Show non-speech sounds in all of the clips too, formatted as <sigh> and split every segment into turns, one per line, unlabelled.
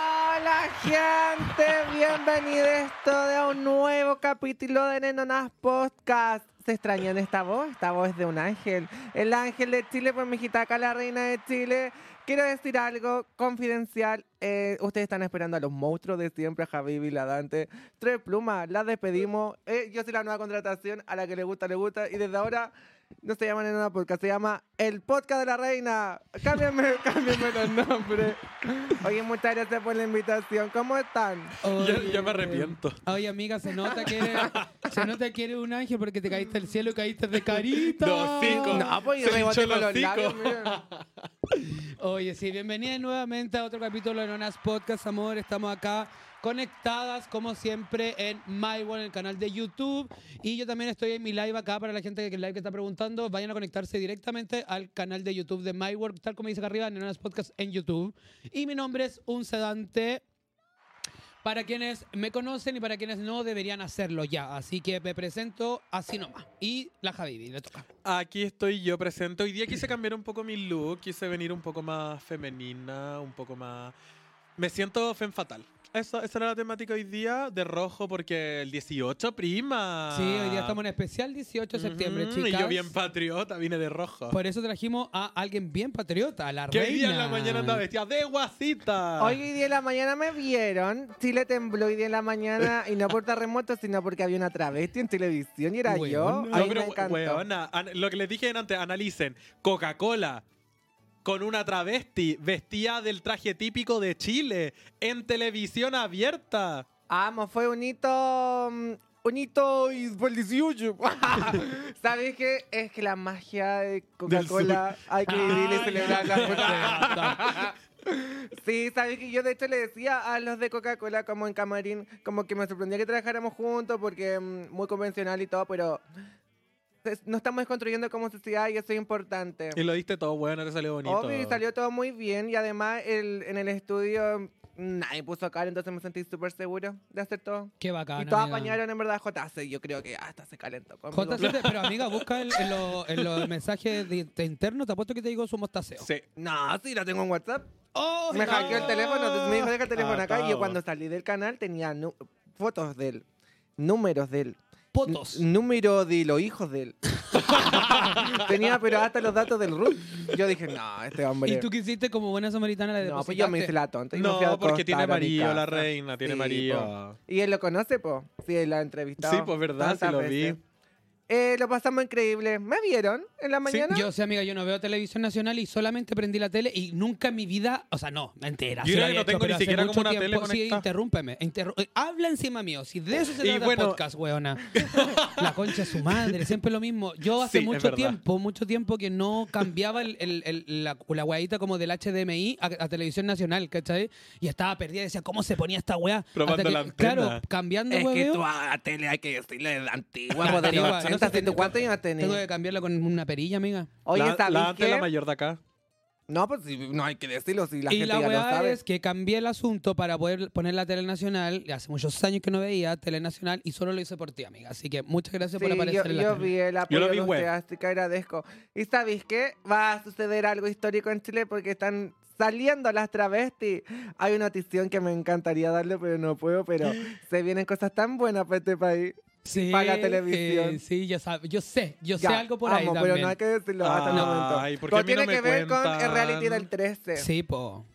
Hola, gente. Bienvenidos todos a un nuevo capítulo de Nenonas Podcast. Se extrañan esta voz, esta voz de un ángel. El ángel de Chile, pues mi jitaca, la reina de Chile. Quiero decir algo confidencial. Eh, ustedes están esperando a los monstruos de siempre, a Javi y la Dante. Tres plumas, las despedimos. Eh, yo soy la nueva contratación, a la que le gusta, le gusta. Y desde ahora no se llama Nenona Podcast, se llama El Podcast de la Reina. Cámbiame, <laughs> cámbiame los nombres. Oye, muchas gracias por la invitación. ¿Cómo están?
Ya,
Oye,
ya me arrepiento.
Oye, amiga, se nota que eres, se nota que eres un ángel porque te caíste del cielo y caíste de carita.
Dos, cinco.
No, pues yo
Se
reboté
hinchó
con
el
los
hocico.
labios, miren.
<laughs>
Oye, sí, bienvenida nuevamente a otro capítulo de Nonas Podcast, amor. Estamos acá conectadas, como siempre, en MyOne, el canal de YouTube. Y yo también estoy en mi live acá para la gente que, que live que está preguntando. Vayan a conectarse directamente al canal de YouTube de MyWork, tal como dice acá arriba, Nonas Podcast en YouTube. Y mi nombre es Un Sedante. Para quienes me conocen y para quienes no, deberían hacerlo ya. Así que me presento así nomás. Y la Javi, le toca.
Aquí estoy yo presente. Hoy día quise cambiar un poco mi look, quise venir un poco más femenina, un poco más... Me siento fen fatal. Eso, esa era la temática hoy día, de rojo, porque el 18, prima.
Sí, hoy día estamos en especial 18 de septiembre,
Ah. Ujú,
chicas.
Y yo bien patriota, vine de rojo.
Por eso trajimos a alguien bien patriota, a la
que hoy
reina.
día en la mañana andaba vestida de guasita.
Hoy 10 de la mañana me vieron. Chile tembló hoy 10 de la mañana y no por terremoto, sino porque había una travesti en televisión y era yo.
Weona.
No,
Ahí
pero,
me encantó.
weona, an- lo que les dije antes, analicen. Coca-Cola con una travesti vestida del traje típico de Chile en televisión abierta.
Amo, fue un hito. mm, Un hito y fue el 18. <laughs> ¿Sabes qué? Es que la magia de Coca-Cola hay
Ah,
que vivir y
Ay, <laughs>
celebrarla.
ay, ay.
Sí, sabes que yo de hecho le decía a los de Coca-Cola como en camarín, como que me sorprendía que trabajáramos juntos porque mm, muy convencional y todo, pero se- nos estamos construyendo como sociedad y eso es importante.
Y lo diste todo bueno, te salió bonito.
Em. Obvio, y salió todo muy bien y además el- en el estudio mm, nadie puso cara, entonces me sentí súper seguro de hacer todo.
Qué bacán.
Ah,
y todos
amiga.
apañaron en verdad JC, yo creo que hasta se calentó conmigo.
JCT, pero amiga, busca en, en los- en los mensajes de, de interno, te apuesto que te digo su mostaceo.
Sí.
No, sí, la tengo en WhatsApp.
Oh,
<laughs> Me
no.
hackeó el teléfono, me dijo deja el teléfono acá y yo
Atado.
cuando salí del canal tenía nu- fotos de él, números de él,
Potos.
n- número de los hijos de él.
<laughs>
tenía pero hasta los datos del RUT. Yo dije, no, este hombre.
Y tú que hiciste como buena samaritana la
no, pues yo me hice la tonta. y me
No,
fui a
porque tiene
acostar a mi
amarillo
casa.
la reina, tiene amarillo.
po. Y él lo conoce, po. Sí, él lo ha entrevistado.
Sí, pues, verdad, sí
tantas
lo vi.
veces. Eh, lo pasamos increíble. ¿Me vieron en la mañana?
Yo sé, amiga, yo no veo televisión nacional y solamente prendí la tele y nunca en mi vida, o sea, no, mentira.
Yo
sí lo había
creo que no
hecho,
tengo
pero
ni
hace
siquiera
mucho
como una tele
Sí,
conectada.
interrúmpeme. interru- eh, habla encima mío, si de eso se
Y
trata
bueno-
el podcast,
<laughs>
weona. La concha de su madre, siempre lo mismo. Yo hace
Sí, es
mucho
verdad.
tiempo, mucho tiempo que no cambiaba el- el- el- la, la hueadita como del HDMI a, a televisión nacional, ¿cachai? Y estaba perdida, decía, ¿cómo se ponía esta weá?
Probando
Hasta que-
la antena.
Claro, cambiando
es que
hueveo.
tú a la tele hay que decirle de antigua, po, de los
Antigua,
80,
no sé,
¿cuántos años tenés?
Tengo que cambiarla con una perilla, amiga.
Oye,
la,
¿sabes
la antes
qué?
la mayor de acá.
No, pues sí, no hay que decirlo si la
y
gente
la
ya lo
weá
sabe.
es que cambié el asunto para poder poner la tele nacional. Hace muchos años que no veía tele nacional y solo lo hice por ti, amiga. Así que muchas gracias por
Sí,
aparecer
yo,
en la
yo
tele.
vi el apoyo
lo vi
de
web.
ustedes, así que agradezco. ¿Y sabéis qué? Va a suceder algo histórico en Chile porque están saliendo las travestis. Hay una notición que me encantaría darle, pero no puedo,
<gasps>
pero se vienen cosas tan buenas para este país.
Sí,
Para la televisión.
eh, sí, ya sabe- yo sé, yo sé
Ya,
algo por ahí
amo,
también.
pero no hay que decirlo hasta el
Ay,
momento.
¿por qué
Todo
a mí no
tiene
me
que ver con el
cuentan?
reality del 13.
Sí, po.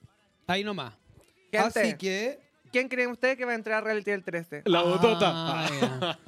Ahí nomás.
Gente,
Así que...
¿quién creen ustedes que va a entrar al reality del 13?
La botota.
Ah, ya.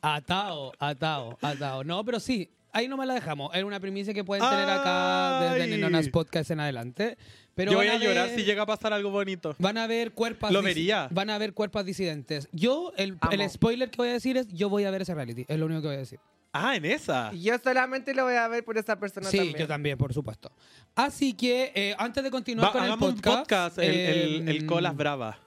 Atao, atao, atao. No, pero sí, ahí nomás la dejamos. Era una primicia que pueden tener acá desde
Ay.
Nenonas Podcast en adelante. Pero
yo voy
van
a llorar
ver-
si llega a pasar algo bonito.
Van a ver cuerpos
Lo
disi-
vería.
Van a ver cuerpos disidentes. Yo, el,
Amo.
el spoiler que voy a decir es: yo voy a ver ese reality. Es lo único que voy a decir.
Ah, en esa.
Yo solamente lo voy a ver por esa persona
sí,
también.
yo también, por supuesto. Así que, eh, antes de continuar
Va,
con el
hagamos
podcast.
em,
un podcast, el, el,
eh,
el Colas Brava.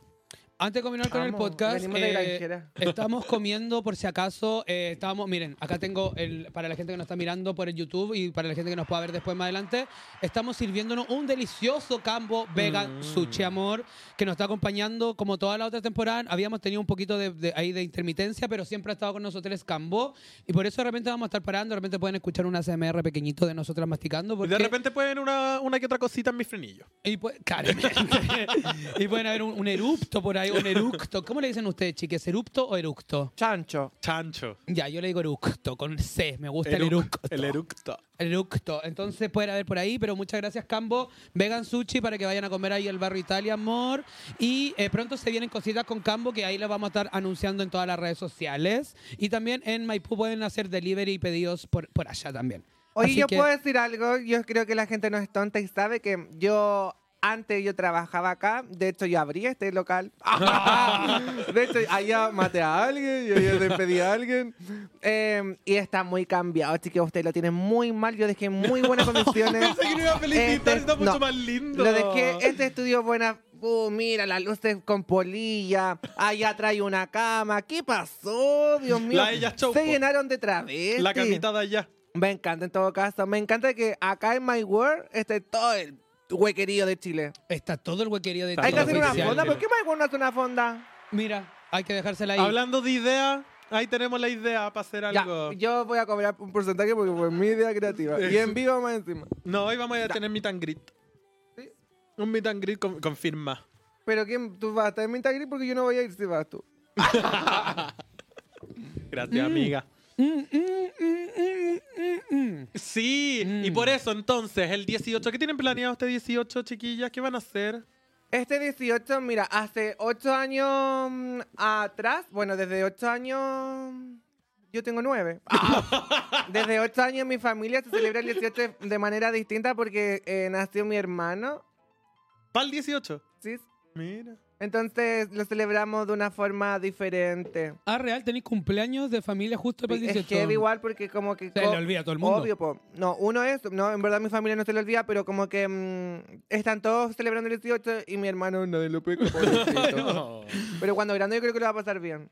Antes de combinar con el
Amo,
podcast,
venimos de
eh,
<laughs>
granjera.
estamos comiendo por si acaso. eh, estábamos, miren, acá tengo el, para la gente que nos está mirando por el YouTube y para la gente que nos pueda ver después más adelante, estamos sirviéndonos un delicioso combo vegan
Mm.
sushi amor que nos está acompañando como toda la otra temporada. Habíamos tenido un poquito de, de- ahí de intermitencia, pero siempre ha estado con nosotros el combo y por eso de repente vamos a estar parando, de repente pueden escuchar un ASMR pequeñito de nosotras masticando.
Y
Porque
de repente pueden una, una que otra cosita en mi frenillo.
y pues, claramente. <laughs> y pueden haber un, un erupto por ahí, un eructo. ¿Cómo le dicen ustedes, chiques? ¿Erupto o eructo?
Chancho.
Chancho.
Ya, yo le digo eructo, con C. Me gusta el
Eruc-
eructo.
El <laughs> eructo.
El eructo. Entonces pueden haber por ahí, pero muchas gracias, Cambo. Vegan Sushi para que vayan a comer ahí al barrio Italia, amor. Y eh, pronto se vienen cositas con Cambo que ahí las vamos a estar anunciando en todas las redes sociales. Y también en Maipú pueden hacer delivery y pedidos por, por allá también.
Oye,
Así
yo
que-
puedo decir algo. Yo creo que la gente no es tonta y sabe que yo antes yo trabajaba acá. De hecho, yo abrí este local. <laughs> de hecho, allá maté a alguien y allá despedí a alguien. Eh, y está muy cambiado, así que ustedes lo tienen muy mal. Yo dejé muy
<laughs>
buenas condiciones.
Pensé que no iba a felicitar,
Este-
está mucho
no.
más lindo.
Lo dejé, este estudio buena. Uh, mira, las luces con polilla. Allá trae una cama. ¿Qué pasó? Dios mío.
La ella Chaupo.
Se llenaron de travestis.
La camita de allá.
Me encanta en todo caso. Me encanta que acá en My World esté todo el huequerío de Chile.
Está todo el huequería de
Está
Hay que
todo
hacer una
oficial,
fonda.
pero-
¿Por qué My World no hace una fonda?
Mira, hay que dejársela ahí.
Hablando de idea, ahí tenemos la idea para hacer
Ya,
algo.
yo voy a cobrar un porcentaje porque fue mi idea creativa. Y en vivo más encima.
No, hoy vamos a tener meet and greet.
Sí.
Un meet and greet con, con firma.
Pero ¿quién? tú vas a estar en mi tagri porque yo no voy a ir si vas tú.
Gracias, amiga.
Mm, mm, mm, mm, mm, mm.
Sí, y
Mm.
por eso entonces, el 18, ¿qué tienen planeado este 18, chiquillas? ¿Qué van a hacer?
Este 18, mira, hace 8 años mm, atrás, bueno, desde 8 años, yo tengo 9. Desde 8 años mi familia se celebra el 18 de- de manera distinta porque eh, nació mi hermano,
¿Para el 18?
¿sí?
Mira.
Entonces lo celebramos de una forma diferente.
Ah, real, tenéis cumpleaños de familia justo para el
Es
18.
heavy igual porque como que...
Se
co-
le olvida a todo el mundo.
Obvio, po. No, uno es... No, en verdad mi familia no se lo olvida, pero como que mm, están todos celebrando el 18 y mi hermano no lo pega.
<laughs>
pobrecito.
Oh.
pero cuando grande yo creo que lo va a pasar bien.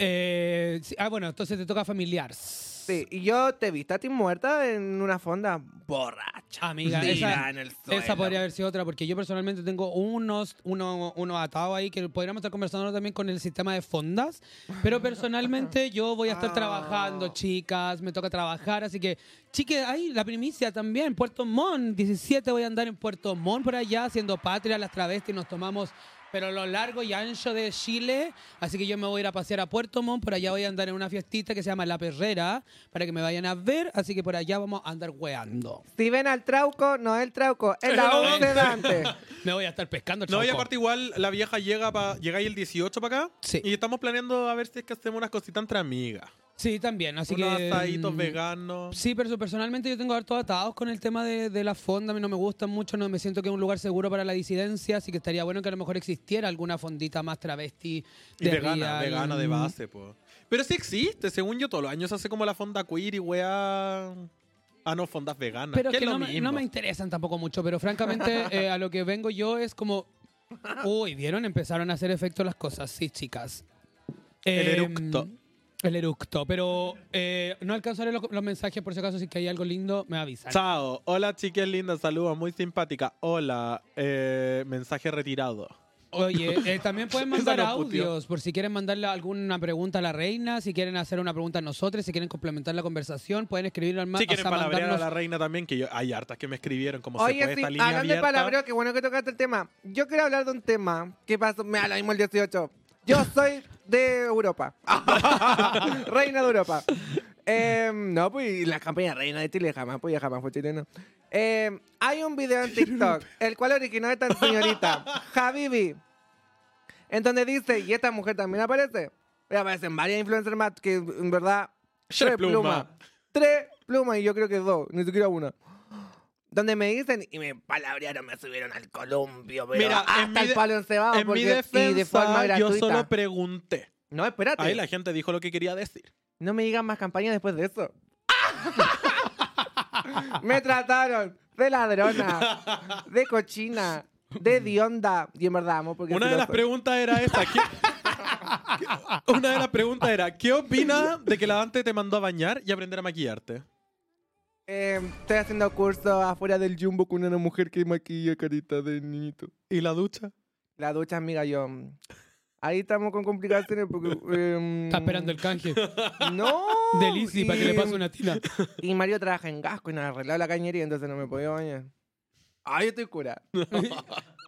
Eh, sí, ah, bueno, entonces te toca familiar.
Sí, y yo te vi a ti muerta en una fonda borracha.
Amiga,
tirada
esa,
en el suelo.
esa podría haber sido otra, porque yo personalmente tengo unos, uno, uno atado ahí que podríamos estar conversando también con el sistema de fondas, pero personalmente yo voy a estar
Ah.
trabajando, chicas, me toca trabajar, así que, chiques, ahí la primicia también, Puerto Montt, 17 voy a andar en Puerto Montt por allá, haciendo patria, las travestis, nos tomamos... Pero lo largo y ancho de Chile, así que yo me voy a ir a pasear a Puerto Montt, por allá voy a andar en una fiestita que se llama La Perrera, para que me vayan a ver, así que por allá vamos a andar weando.
Si ven al trauco, no el trauco, es
<laughs>
la
la
once dante.
Me voy a estar pescando el
No, y
Falcón.
aparte igual la vieja llega pa, llega ahí el 18 para acá.
Sí.
Y estamos planeando a ver si es que hacemos unas cositas entre amigas.
Sí, también, así
Unos
que...
asaditos
mm,
veganos.
Sí, pero personalmente yo tengo harto atados con el tema de, de la fonda, a mí no me gusta mucho, no me siento que es un lugar seguro para la disidencia, así que estaría bueno que a lo mejor existiera alguna fondita más travesti
Y
de mm,
vegana,
real.
vegana de base, po. Pero sí existe, según yo, todos los años se hace como la fonda queer y weá. Ah, no, fondas veganas.
Pero
que
es que
es
no
lo
me,
mismo.
no me interesan tampoco mucho, pero
<laughs>
francamente eh, a lo que vengo yo es como... Uy, ¿vieron? Empezaron a hacer efecto las cosas, sí, chicas.
El
Eh,
eructo.
El eructo, pero eh, no alcanzaré los, los mensajes por si acaso, si que hay algo lindo, me avisan.
Chao. Hola, chiques lindas. Saludos. Muy simpática. Hola. Eh, mensaje retirado.
Oye, eh, también
<laughs>
pueden
Esa
mandar
no puteó.
audios por si quieren mandarle alguna pregunta a la reina, si quieren hacer una pregunta a nosotros, si quieren complementar la conversación, pueden escribir al más.
Si quieren palabrear a la reina también, que yo, hay hartas que me escribieron como se
Oye,
puede
sí,
esta línea
hablando de
abierta.
palabreo, qué bueno que tocaste el tema. Yo quiero hablar de un tema que pasó, me da lo mismo el 18. Yo soy de Europa. <laughs> reina de Europa. Em, no, pues la campaña reina de Chile jamás, pues ya jamás fue chilena. Em, hay un video en TikTok, el cual originó esta señorita, Habibi, en donde dice, y esta mujer también aparece. Y aparecen varias influencers más que en verdad.
Tres plumas.
Tres plumas, y yo creo que dos, ni siquiera una. Donde me dicen y me palabrearon, me subieron al columpio, pero
Mira, en mi
hasta el
de-
palo encebado
En mi
Ah, porque,
defensa,
y de forma
yo
gratuita.
solo pregunté.
No, espérate.
Ahí la gente dijo lo que quería decir.
No me digan más campaña después de
<laughs>
eso.
<laughs>
me trataron de ladrona, de cochina, de Dionda. Y en verdad amo porque
Una
sí
de
lo
las
soy.
preguntas era esta.
<laughs>
¿Qué, qué- una de las preguntas era, ¿qué opinas de que la Dante te mandó a bañar y aprender a maquillarte?
Eh, estoy haciendo curso afuera del Jumbo con una mujer que maquilla carita de niñito.
¿Y la ducha?
La ducha, amiga, yo. Ahí estamos con complicaciones
<laughs>
porque. em,
Está esperando el canje
No.
de Lizzy para que le
y-
pase una tina.
Y Mario trabaja en Gasco y nos arreglaba la cañería, entonces no me podía bañar. Ay, estoy cura.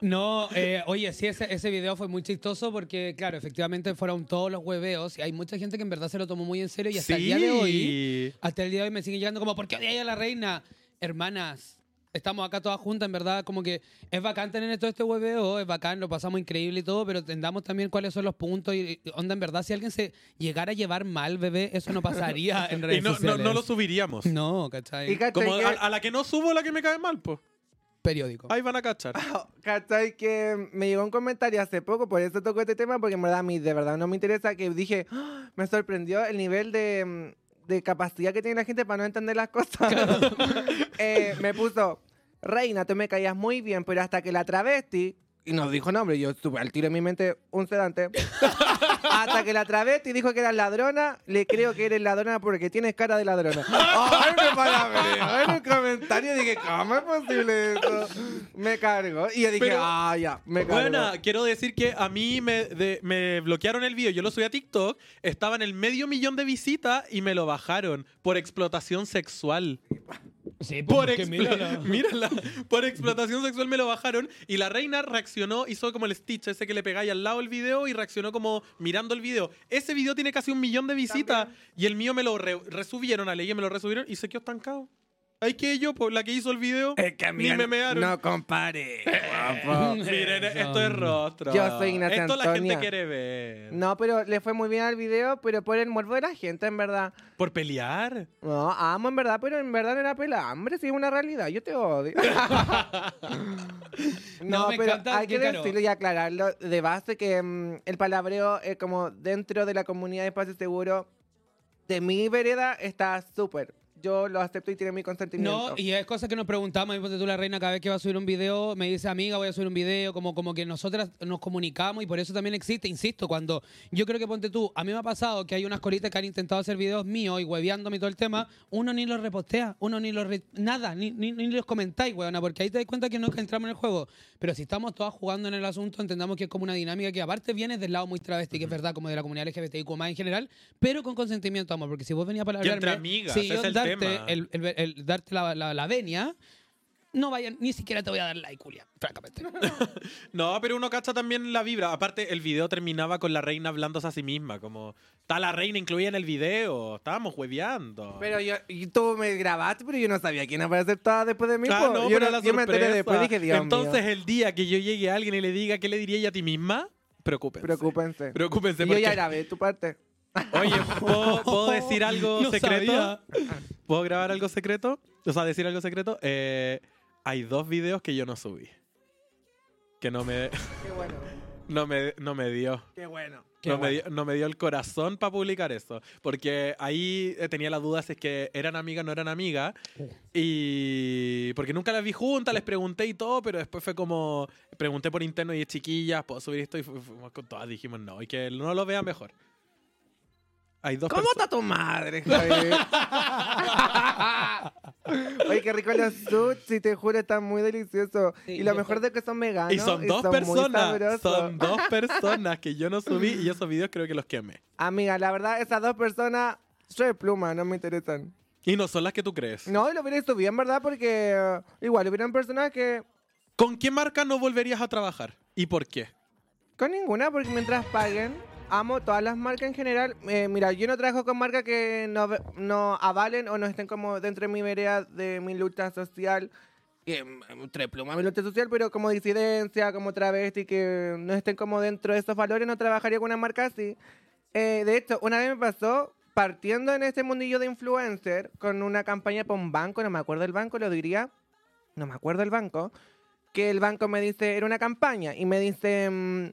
No, eh, oye, sí, ese, ese video fue muy chistoso porque, claro, efectivamente fueron todos los hueveos y hay mucha gente que en verdad se lo tomó muy en serio y hasta el día de hoy, hasta el día de hoy me siguen llegando como, ¿por qué odiáis a la reina? Hermanas, estamos acá todas juntas, en verdad, como que es bacán tener todo este hueveo, es bacán, lo pasamos increíble y todo, pero entendamos también cuáles son los puntos y, y onda, en verdad, si alguien se llegara a llevar mal, bebé, eso no
<laughs>
pasaría en redes
Ah, Y no, no,
sociales.
no lo subiríamos.
No, ¿cachai?
Y cachai
Como
que,
a, a la que no subo, la que me cae mal, pues.
Periódico.
Ahí van a cachar.
Ah, cachai que me llegó un comentario hace poco, por eso tocó este tema, porque en verdad a mí de verdad no me interesa, que dije, "Ah, me sorprendió el nivel de, mm, de capacidad que tiene la gente para no entender las cosas. <laughs> Eh, me puso, reina, tú me caías muy bien, pero hasta que la travesti, y nos dijo nombre, yo tuve al tiro en mi mente un sedante, hasta que la travesti dijo que eras ladrona, le creo que eres ladrona porque tienes cara de ladrona. Ay, me palabreó en un comentario, dije, ¿cómo es posible eso? Me cargo. Y yo dije,
Pero-
ah, ya, me cargo.
Bueno, quiero decir que a mí me, de- me bloquearon el video. Yo lo subí a TikTok, estaba en el medio millón de visitas y me lo bajaron por explotación sexual.
Sí,
Por
porque
explo-
mírala.
<laughs> mírala. Por explotación sexual me lo bajaron y la reina reaccionó, hizo como el stitch ese que le pegáis al lado el video y reaccionó como mirando el video. Ese video tiene casi un millón de visitas y el mío me lo re- resubieron a Leia, me lo resubieron y se quedó estancado. Ahí que yo, por la que hizo el video,
Es que a mí
ni me mearon. <laughs>
no compare. guapo.
<laughs>
Miren,
Eso.
esto es rostro.
Yo soy Ignacio
Esto la gente
Antonia.
quiere ver.
No, pero le fue muy bien al video, pero por el morbo de la gente, en verdad.
¿Por pelear?
No, amo en verdad, pero en verdad no era pela. Hambre, sí, es una realidad. Yo te
<laughs>
odio. <laughs>
No,
no,
me
pero
encanta
hay
que,
que
claro.
decirlo y aclararlo de base que mm, el palabreo, eh, como dentro de la comunidad de espacio seguro, de mi vereda, está súper. Yo lo acepto y tiene mi consentimiento.
No, y es cosa que nos preguntamos, ahí ponte tú la reina cada vez que va a subir un video, me dice, amiga, voy a subir un video, como, como que nosotras nos comunicamos y por eso también existe, insisto, cuando yo creo que ponte tú, a mí me ha pasado que hay unas coritas que han intentado hacer videos míos y hueveándome y todo el tema, uno ni los repostea, uno ni los, re- nada, ni, ni, ni los comentáis, huevona, porque ahí te das cuenta que nunca entramos en el juego, pero si estamos todas jugando en el asunto, entendamos que es como una dinámica que aparte viene del lado muy travesti, que es verdad, como de la comunidad LGBTIQ más en general, pero con consentimiento, amor, porque si vos venías para
Y entre
hablarme,
amigas,
si
ese
yo
es el
darte
tema.
el- el, el- el darte la, la, la venia, no vayan, ni siquiera te voy a dar like, Julia,
<laughs>
francamente.
No, pero uno cacha también la vibra. Aparte, el video terminaba con la reina hablándose a sí misma. Como, está la reina incluida en el video. Estábamos hueveando.
Pero yo, y tú me grabaste, pero yo no sabía quién iba a ser toda después de mí.
Ah,
po.
no,
yo,
pero
no-
la
yo me enteré
sorpresa.
después dije, Dios
Entonces,
mío,
el día que yo llegue a alguien y le diga, ¿qué le diría a ti misma? Preocúpense.
preocúpense.
Preocúpense.
Y yo ya
porque-
grabé tu parte.
Oye,
<laughs>
¿puedo, puedo decir algo
No
secreto?
sabía.
¿Puedo grabar algo secreto? O sea, decir algo secreto. Eh, hay dos videos que yo no subí. Que no me,
Qué bueno,
no me, no me dio.
qué bueno.
Qué
No me,
guay.
dio, no me dio el corazón para publicar eso. Porque ahí eh, tenía la duda si es que eran amigas o no eran amigas. Y. Porque nunca las vi juntas, les pregunté y todo, pero después fue como. Pregunté por interno y chiquillas, ¿puedo subir esto? Y fu- fuimos con todas, dijimos no. Y que no lo vean mejor. Hay dos
¿Cómo
personas.
está tu madre, Javier? <laughs> Oye, qué rico los sushi, te juro, están muy deliciosos.
Sí,
y lo
yo
mejor
sé.
de que son veganos.
Y son dos
muy
personas.
sabrosos. <laughs>
Son dos personas que yo no subí y esos videos creo que los quemé.
Amiga, la verdad, esas dos personas, soy de pluma, no me interesan.
Y no son las que tú crees.
No, y lo hubiera subido, en verdad, porque eh, igual hubieran personas que.
¿Con qué marca no volverías a trabajar? ¿Y por qué?
Con ninguna, porque mientras paguen, amo todas las marcas en general. Eh, mira, yo no trabajo con marcas que no, ve- no avalen o no estén como dentro de mi vereda, de mi lucha social. Que, mm, Tres plumas, mi lucha social, pero como disidencia, como travesti, que no estén como dentro de esos valores, no trabajaría con una marca así. Eh, de hecho, una vez me pasó, partiendo en este mundillo de influencer, con una campaña para un banco, no me acuerdo el banco, lo diría, no me acuerdo el banco, que el banco me dice, era una campaña, y me dice, mm,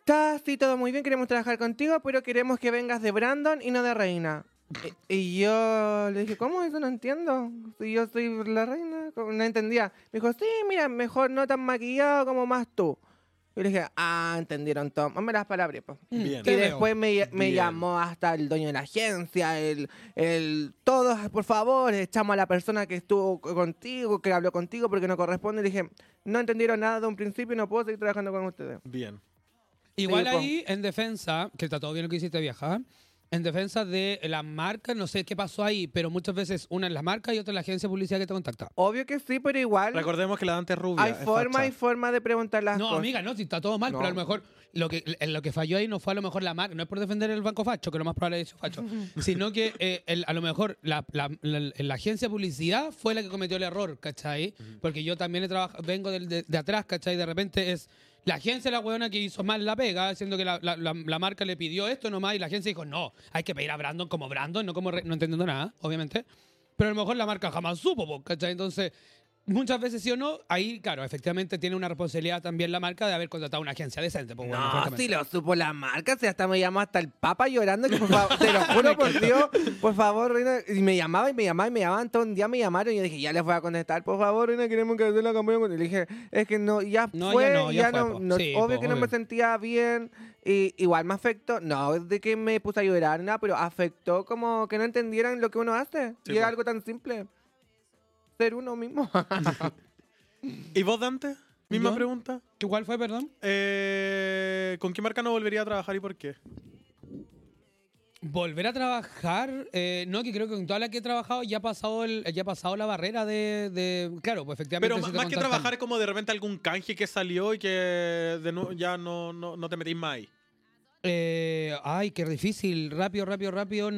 está así todo muy bien, queremos trabajar contigo, pero queremos que vengas de Brandon y no de Reina. Y yo le dije, ¿cómo eso? No entiendo. Si yo soy la reina, como- no entendía. Me dijo, sí, mira, mejor no tan maquillado como más tú. Y le dije, ah, entendieron todo. Mame las palabras, pues.
Bien.
Y
veo.
después me, me
Bien.
llamó hasta el dueño de la agencia, el, el todos, por favor, echamos a la persona que estuvo co- contigo, que habló contigo, porque no corresponde. Y le dije, no entendieron nada de un principio y no puedo seguir trabajando con ustedes.
Bien.
Igual
pues.
Sí, po.
ahí, en defensa, que está todo bien lo que hiciste viajar, en defensa de las marcas, no sé qué pasó ahí, pero muchas veces una es la marca y otra es la agencia de publicidad que te contacta.
Obvio que sí, pero igual
Recordemos que la Dante es rubia.
hay
es
forma,
facha.
hay forma de preguntar las
No,
cosas.
amiga, no, si está todo mal,
No.
pero a lo mejor lo que, en lo que falló ahí no fue a lo mejor la marca, no es por defender el banco facho, que lo más probable es que sea
<laughs>
facho, sino que eh, el- a lo mejor la, la- la- la agencia de publicidad fue la que cometió el error, ¿cachai? Porque yo también he trabaja- vengo del- de, de atrás, ¿cachai? De repente es la agencia la huevona que hizo mal la pega, haciendo que la, la- la- la marca le pidió esto nomás y la agencia dijo, no, hay que pedir a Brandon como Brandon, no como re- no entendiendo nada, obviamente. Pero a lo mejor la marca jamás supo, po, ¿cachai? Entonces, muchas veces sí o no, ahí, claro, efectivamente tiene una responsabilidad también la marca de haber contratado una agencia decente. po, bueno,
No,
francamente.
si lo supo la marca, si hasta me llamó hasta el Papa llorando, <laughs> que por favor, te lo juro por Dios, por favor, Reina, y me llamaba y me llamaba y me llamaban, todo un día me llamaron y yo dije, ya les voy a contestar, por favor, Reina, queremos que hacer la campaña con-". Y le dije, es que no, ya
No, ya
fue, ya,
no, ya fue,
no,
po.
no-
Sí,
obvio
po,
que no me
obvio.
sentía bien, y igual me afectó, no de que me puse a llorar, nada, pero afectó como que no entendieran lo que uno hace,
Sí,
y es
po.
algo tan simple, ser uno mismo. <laughs>
¿Y vos, Dante? Misma
¿Yo?
pregunta.
¿Que ¿Cuál fue, perdón?
Eh, ¿Con qué marca no volvería a trabajar y por qué?
Volver a trabajar, eh, no, que creo que con toda la que he trabajado ya ha pasado, el, ya ha pasado la barrera de, de- Claro, pues efectivamente.
Pero
si
ma-
te
más que
contratan-
trabajar como de repente algún canje que salió y que de nu- ya no, no, no te metís más ahí.
Eh, ay, qué difícil. Rápido, rápido, rápido.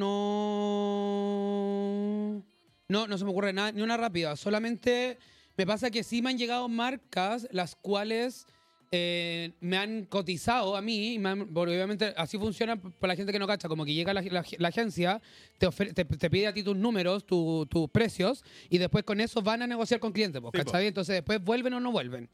No. No, no se me ocurre nada, ni una rápida. Solamente me pasa que sí me han llegado marcas las cuales eh, me han cotizado a mí. y me han- porque obviamente así funciona p- para la gente que no cacha. Como que llega la, la- la agencia, te, ofre- te, te pide a ti tus números, tu- tus precios, y después con eso van a negociar con clientes. pues,
Sí, po.
¿cachai? Entonces después vuelven o no vuelven.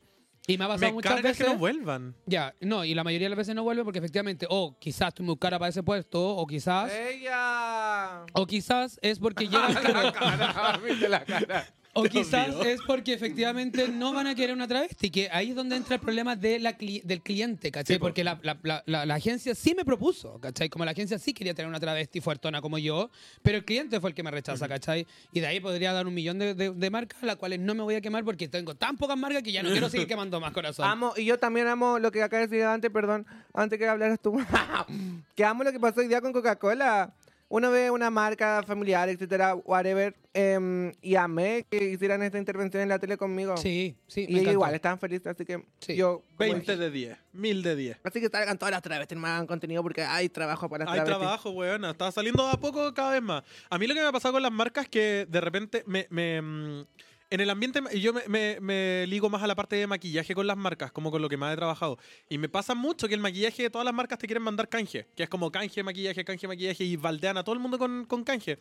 Y me ha pasado
Me
muchas
cargas
veces.
que no vuelvan.
Ya, no, y la mayoría de las veces no vuelve porque efectivamente, o quizás estoy muy cara para ese puesto, o quizás,
Eh. ¡Ella!
o quizás es porque
<laughs>
llegan, claro,
la cara.
o
Te
quizás
olvidó.
es porque efectivamente no van a querer una travesti, que ahí es donde entra el problema de la cli- del cliente, ¿cachai?
Sí, po.
porque la, la- la- la- la agencia sí me propuso, ¿cachai? Como la agencia sí quería tener una travesti fuertona como yo, pero el cliente fue el que me rechaza, ¿cachai? Y de ahí podría dar un millón de, de- de marcas, las cuales no me voy a quemar porque tengo tan pocas marcas que ya no
<laughs>
quiero seguir quemando más corazón.
Amo, y yo también amo lo que acá decía antes, perdón, antes que hablaras tú. <laughs> que amo lo que pasó hoy día con Coca-Cola. Uno ve una marca familiar, etcétera, whatever, em, y amé que hicieran esta intervención en la tele conmigo.
Sí, sí,
y
me
ellos
encantó.
igual estaban felices, así que
Sí.
yo. como
20
dije,
de 10. 1000 de 10.
Así que salgan todas las travestis, me hagan contenido porque hay trabajo para las
Hay
travestis.
trabajo, weón. Está saliendo a poco cada vez más. A mí lo que me ha pasado con las marcas es que de repente me. me, mm, en el ambiente, y yo me, me- me ligo más a la parte de maquillaje con las marcas, como con lo que más he trabajado. Y me pasa mucho que el maquillaje de todas las marcas te quieren mandar canje, que es como canje, maquillaje, canje, maquillaje, y baldean a todo el mundo con, con canje.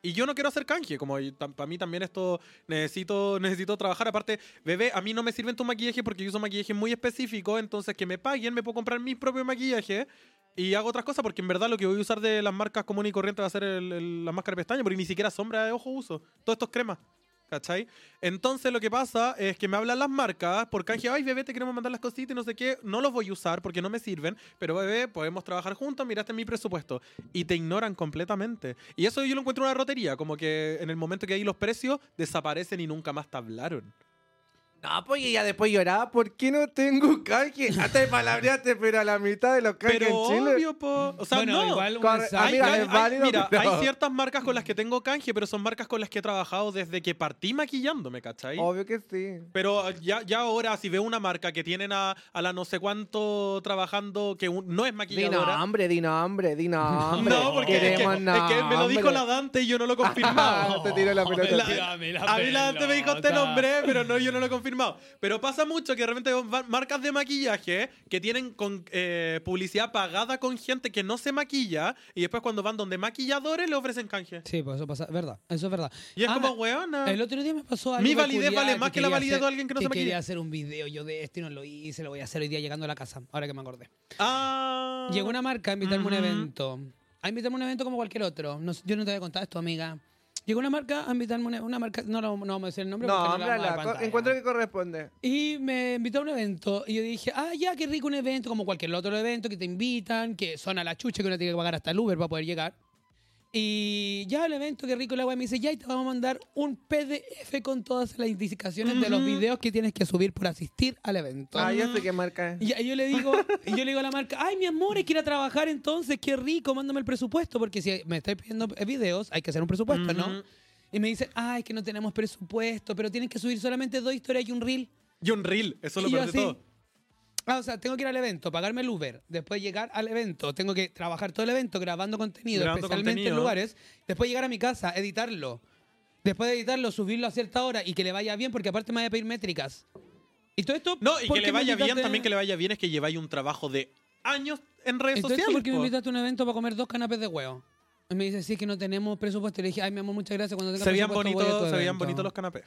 Y yo no quiero hacer canje, como para mí también esto necesito, <laughs> necesito trabajar. Aparte, bebé, a mí no me sirven tus maquillajes porque yo uso maquillaje muy específico, entonces que me paguen, me puedo comprar mis propios maquillajes y hago otras cosas porque en verdad lo que voy a usar de las marcas comunes y corrientes va a ser el- el- la máscara de pestaña, porque ni siquiera sombra de ojo uso. Todo esto es crema. ¿Cachai? Entonces lo que pasa es que me hablan las marcas por canje, ay bebé, te queremos mandar las cositas y no sé qué, no los voy a usar porque no me sirven, pero bebé, podemos trabajar juntos, miraste mi presupuesto. Y te ignoran completamente. Y eso yo lo encuentro una rotería, como que en el momento que hay los precios desaparecen y nunca más te hablaron.
No, pues y ella después lloraba, ¿por qué no tengo canje? Hasta me palabreaste, pero a la mitad de los canjes
Pero
en Chile.
obvio, po. O sea,
bueno,
no.
igual un
Corre-
mensaje-
Amiga, Ah, es válido,
mira,
<laughs> pero-
hay ciertas marcas con las que tengo canje, pero son marcas con las que he trabajado desde que partí maquillándome, ¿cachai?
Obvio que sí.
Pero ah, ya, ya ahora, si veo una marca que tienen a, a la no sé cuánto trabajando, que un- no es
Di
maquilladora.
nombre, di nombre,
<laughs>
di nombre.
No, porque es que,
Queremos
es que me lo dijo
nombre.
la Dante y
<laughs>
yo no lo
Ah,
confirmaba.
te tiró la
<laughs>
pelota.
La- A mí la Dante me dijo este nombre, pero no, yo no lo he confirmado. Pero pasa mucho que de repente veo va- marcas de maquillaje que tienen con, eh, publicidad pagada con gente que no se maquilla y después cuando van donde maquilladores le ofrecen canje.
Sí, pues eso pasa, es verdad, eso es verdad.
Y es
Ah,
como, weona.
El otro día me pasó algo.
Mi validez
peculiar
vale más que la
quería
validez
hacer-
de alguien que no se maquilla.
quería hacer un video yo de esto y no lo hice, lo voy a hacer hoy día llegando a la casa, ahora que me acordé.
Ah.
Llegó una marca a invitarme a un
Ujú.
evento. a invitarme a un evento como cualquier otro. No sé, yo no te había contado esto, amiga. Llegó una marca a invitarme a una, una marca, no, lo- no vamos a decir el nombre.
No,
porque la vamos a dar
háblala, co-
pantalla.
encuentro que corresponde.
Y me invitó a un evento y yo dije, ah, ya, qué rico un evento, como cualquier otro evento que te invitan, que son a la chucha que uno tiene que pagar hasta el Uber para poder llegar. Y ya el evento, qué rico la web me dice, ya, y te vamos a mandar un PDF con todas las indicaciones de los videos que tienes que subir por asistir al evento.
Ah, yo sé qué marca es.
Y ahí yo le digo, y yo le digo a la marca, ay, mi amor, es que ir a trabajar entonces, qué rico, mándame el presupuesto, porque si me estáis pidiendo eh, videos, hay que hacer un presupuesto, ¿no?
Ujú.
Y me dicen, ay, es que no tenemos presupuesto, pero tienes que subir solamente dos historias y un reel.
Y un reel, eso lo
Y yo
perdí
así,
todo.
Ah, o sea, tengo que ir al evento, pagarme el Uber, después llegar al evento, tengo que trabajar todo el evento grabando contenido,
Grabando
especialmente en
contenido.
lugares, después llegar a mi casa, editarlo, después de editarlo, subirlo a cierta hora y que le vaya bien, porque aparte me vaya a pedir métricas. Y todo esto...
No, y
¿por
que
qué
le
me
vaya bien,
invitaste-
también que le vaya bien es que lleváis un trabajo de años en redes
Entonces,
sociales.
¿por qué me
po.
invitaste a un evento para comer dos canapés de huevo? Y me dice, sí, es que no tenemos presupuesto. Y le dije, ay, mi amor, muchas gracias. Cuando tenga
se veían
presupuesto voy a tu
bonitos, se veían
evento".
bonitos los canapés.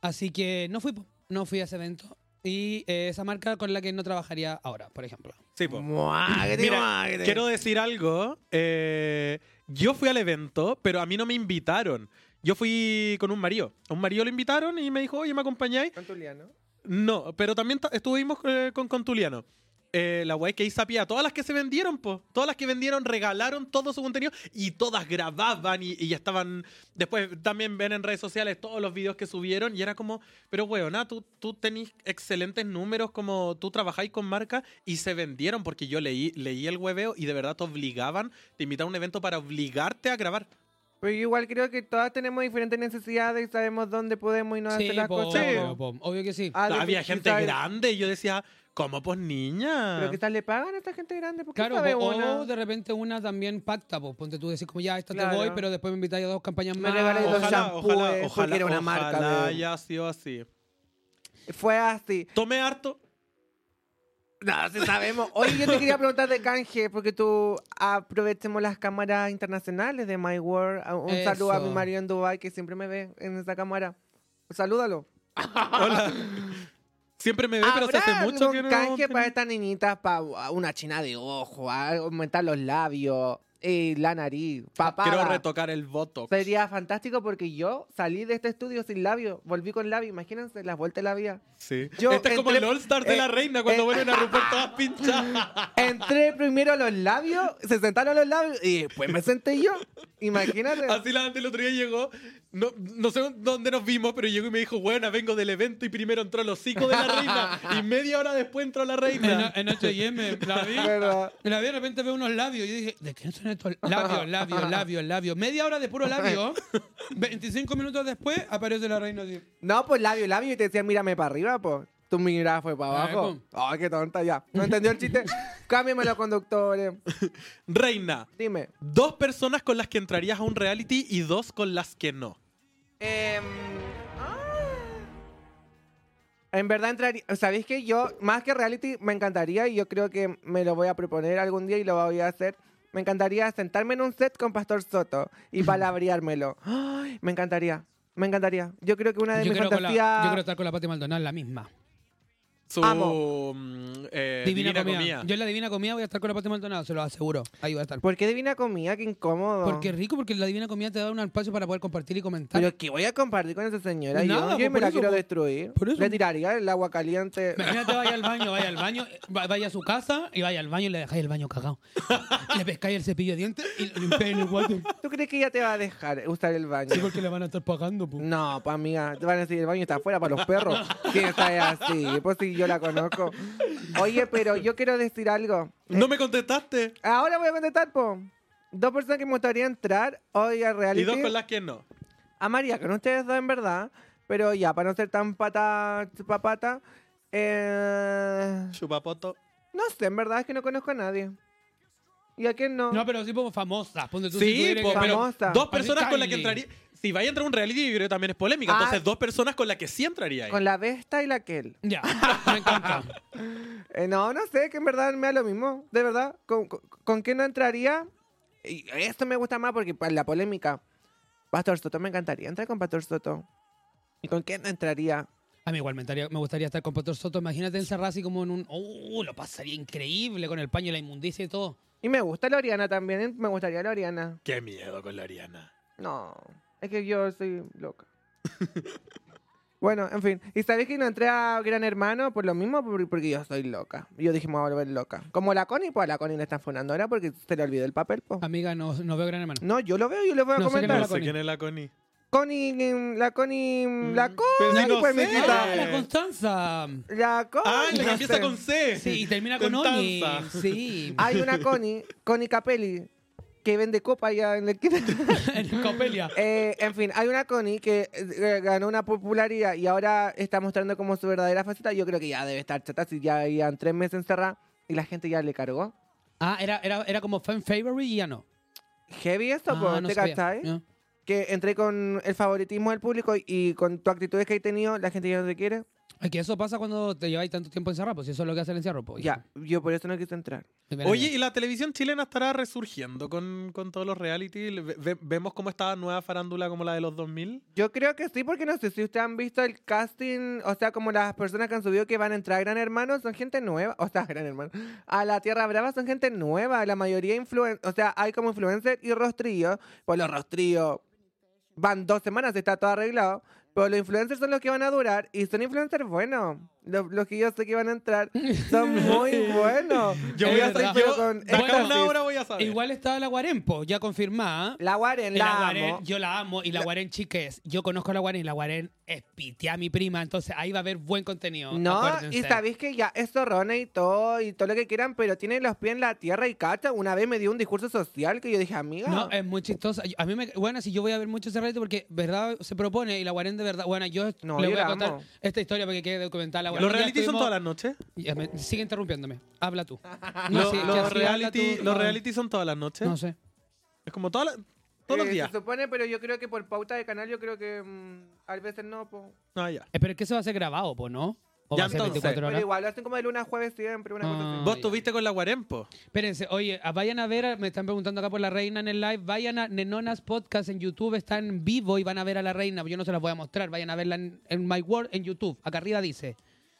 Así que no fui, po. no fui a ese evento. Y eh, esa marca con la que no trabajaría ahora, por ejemplo.
Sí, po.
Muagre,
Mira,
muagre.
Quiero decir algo. eh, yo fui al evento, pero a mí no me invitaron. Yo fui con un marido. A un marido lo invitaron y me dijo, oye, ¿me acompañáis?
Con Tuliano.
No, pero también ta- estuvimos eh, con Contuliano. Eh, la guay que ahí sapía, todas las que se vendieron, po, todas las que vendieron regalaron todo su contenido y todas grababan y, y ya estaban. Después también ven en redes sociales todos los videos que subieron y era como, pero weona, tú, tú tenés excelentes números, como tú trabajáis con marca y se vendieron porque yo leí, leí el hueveo y de verdad te obligaban, te invitaban a un evento para obligarte a grabar.
Pero yo igual creo que todas tenemos diferentes necesidades y sabemos dónde podemos y no hacer las
po,
cosas.
obvio, po. obvio que sí.
Ah,
Había
difícil,
gente
¿sabes?
grande y yo decía, ¿cómo pues niña?
Pero quizás le pagan a esta gente grande porque
Claro,
sabe
po,
una.
o de repente una también pacta, po. ponte tú decís como ya, esta
Claro.
te voy, pero después me invitáis a dos campañas
Me
más.
regaláis dos <laughs>
Ojalá,
shampoos,
ojalá,
porque
ojalá,
eh, era una marca
ojalá
de-
haya sido así.
Fue así.
Tomé harto.
No, sí sabemos. Oye, yo te quería preguntar de canje, porque tú aprovechemos las cámaras internacionales de My World. Ah, Un saludo a mi
Eso.
marido en Dubai que siempre me ve en esa cámara. Salúdalo.
Hola. Siempre me ve, pero se hace
¿Habrá
mucho que
algún
no.
canje
que
para
no-
estas niñitas, para una china de ojo, a aumentar los labios, eh, la nariz, papá.
Quiero retocar el voto.
Sería fantástico porque yo salí de este estudio sin labio, volví con labio, imagínense las vueltas de la vida.
Sí.
Yo
este es como
entré-
el All-Star de
eh,
la reina cuando
eh,
vuelven a romper
<laughs>
todas pinchadas.
Entré primero a los labios, se sentaron los labios y después me senté yo. Imagínate.
<laughs> Así la antes el otro día llegó. No, no sé dónde nos vimos, pero llegó y me dijo, bueno, vengo del evento y primero entró el hocico de la reina. Y media hora después entró la reina.
En, en H&M, la vi.
<laughs> Pero-
La vi de repente veo unos labios. Yo dije, ¿de qué
<laughs>
son estos labios? Labios, labios, labios. Media hora de puro labio. 25 minutos después aparece la reina así.
No, pues labio, labio y te decían, mírame para arriba, pues. Tú mirada fue para
Ah,
abajo.
pum.
Ay, qué tonta ya. ¿No entendió el
<laughs>
chiste? Cámbiame los conductores.
Reina,
Dime.
dos personas con las que entrarías a un reality y dos con las que no.
Em, ah. En verdad entraría, ¿sabéis que yo, más que reality, me encantaría y yo creo que me lo voy a proponer algún día y lo voy a hacer? Me encantaría sentarme en un set con Pastor Soto
<laughs>
y palabreármelo. Ay, me encantaría, me encantaría. Yo creo que una de
Yo
mis
quiero, con la- yo quiero
fantasías...
estar con la Pati Maldonado, la misma.
Su
Amo.
mm, eh,
divina, comida.
comida.
Yo en la divina comida voy a estar con la Pati Maldonado, se lo aseguro. Ahí voy a estar.
¿Por qué divina comida? Qué incómodo.
Porque es rico, porque la divina comida te da un espacio para poder compartir y comentar.
Pero que voy a compartir con esa señora. Yo-
Nada,
yo me
pues, por
la
eso,
quiero
pues.
destruir.
Por eso.
Le tiraría el agua caliente.
Imagínate, vaya al baño, vaya al baño, va- vaya a su casa y vaya al baño y le dejáis el baño cagado. Le pescáis el cepillo de dientes y le limpiáis el guate.
¿Tú crees que ella te va a dejar usar el baño?
Sí, porque le van a estar pagando, po.
No, pa' amiga, te van a decir el baño está afuera para los perros. Sí, está así, pues sí, yo la conozco. Oye, pero yo quiero decir algo.
No me contestaste.
Ahora voy a contestar, po. Dos personas que me gustaría entrar hoy a reality.
Y dos con las que no.
A María, con ustedes dos en verdad. Pero ya, para no ser tan pata, papata. Eh...
Chupapoto.
No sé, en verdad es que no conozco a nadie. ¿Y a quién no?
No, pero sí como famosas. Ponte tú si
Sí,
tuviera
po,
que-
Famosa.
pero dos
Así
personas con las que
Kylie.
entraría. Si vaya a entrar a un reality, yo creo que también es polémica.
Ah.
Entonces, dos personas con las que sí entraría ahí.
Con la Vesta y la Kel.
Ya, me encanta.
Eh, no, no sé, que en verdad me da lo mismo. De verdad, ¿con, con, con qué no entraría? Y esto me gusta más porque para la polémica. Pastor Soto me encantaría entrar con Pastor Soto. ¿Y con quién no entraría?
A mí igual me gustaría, me gustaría estar con Pastor Soto. Imagínate encerrado así como en un... ¡Uh! Lo pasaría increíble con el paño y la inmundicia y todo.
Y me gusta la Oriana también, me gustaría la Oriana.
Qué miedo con la Ariana.
No, es que yo soy loca. bueno, en fin. ¿Y sabéis que no entré a Gran Hermano por lo mismo? Por- Porque yo soy loca. Yo dije, me voy a volver loca. Como la Connie, pues a la Connie la están funando ahora porque se le olvidó el papel, pues. po.
Amiga, no, no veo gran hermano.
No, yo lo veo, yo lo voy a
No sé quién
comentar.
es
No
la
sé
Connie.
quién es la Connie.
Oh, Connie, mm, la Connie, mm, la
Mm,
Connie,
pero si no
pues,
sé.
mijita.
eh.
¡Ah, la Constanza!
La Connie.
Ah, la
no
que empieza
sé.
con C.
Sí, y termina con
Constanza. Ah.
Oni. Sí.
<laughs> Hay una Connie, Connie Capelli, que vende copa allá en la esquina.
<laughs>
<laughs>
en Copelia.
Eh, en fin, hay una Connie que eh, ganó una popularidad y ahora está mostrando como su verdadera faceta. Yo creo que ya debe estar chata, si ya llevan tres meses encerrada y la gente ya le cargó.
Ah, era, era, era como fan favorite y ya no.
Heavy esto,
Ah,
po,
no
¿te
sabía.
cachai?
Ya.
Que entré con el favoritismo del público y, y con tu actitudes que he tenido, la gente ya no te quiere.
Es que eso pasa cuando te lleváis tanto tiempo encerrado, pues si eso es lo que hace el encerro, pues.
Ya, yo por eso no quise entrar.
De verdad.
Oye, ¿y la televisión chilena estará resurgiendo con, con todos los reality? Le- ve- ¿Vemos cómo está nueva farándula como la de los 2000?
Yo creo que sí, porque no sé si ustedes han visto el casting, o sea, como las personas que han subido que van a entrar a Gran Hermano son gente nueva, o sea, <laughs> a Gran Hermano, a la Tierra Brava son gente nueva, la mayoría influen, o sea, hay como influencer y rostrillo, pues los rostrillos van dos semanas, está todo arreglado, pero los influencers son los que van a durar y son influencers buenos, los, los que yo sé que van a entrar
<laughs>
son muy buenos.
Yo
Es
voy a
verdad.
estar
Yo
yo-
con
de acá a
éxtasis.
una hora voy a saber.
Igual estaba la Guarempo, ya confirmada.
La Guaren, la,
Guaren-
amo.
yo la amo y la,
La-
Guaren chiques. Yo conozco a la Guaren y la Guaren es pitea a mi prima, entonces ahí va a haber buen contenido.
No,
acuérdense.
y sabéis que ya es zorrona y todo, y todo lo que quieran, pero tiene los pies en la tierra y cacha. Una vez me dio un discurso social que yo dije, amiga.
No, eh, es muy chistosa. Yo- A mí me. Bueno, si yo voy a ver mucho ese reality porque, ¿verdad? Se propone y la Guaren de verdad. Bueno, yo
No,
le
yo
voy a
la
contar
amo.
esta historia porque quede documentada la Guaren.
¿Los
Ya
reality son
estuvimos-
todas las noches?
Ya me- sigue interrumpiéndome. Habla
<laughs>
tú.
Lo-
sí, que
los,
así habla
reality,
tú,
los
no.
reality son todas las noches.
No sé.
Es como todas las- todos
Eh,
los días.
Se supone, pero yo creo que por pauta de canal, yo creo que mm, a veces no. po.
Ah, ya.
Eh, Pero es que eso va a ser grabado, po, ¿no? O
Ya
va a ser
entonces.
24
Pero
horas.
igual lo hacen como de lunes a jueves siempre, una cosa
Ah.
así.
Vos
ya.
tuviste con la
<laughs>
Guarempo.
Espérense, oye, a- vayan a ver, a- me están preguntando acá por la reina en el live, vayan a Nenonas Podcast en YouTube, está en vivo y van a ver a la reina, yo no se las voy a mostrar, vayan a verla en, en My World en YouTube, acá arriba dice.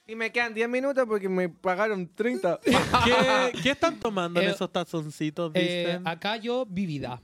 Y me quedan 10 minutos porque me pagaron 30.
¿Qué, qué están tomando en
Eh,
esos tazoncitos,
Eh,
dicen?
acá yo, vivida.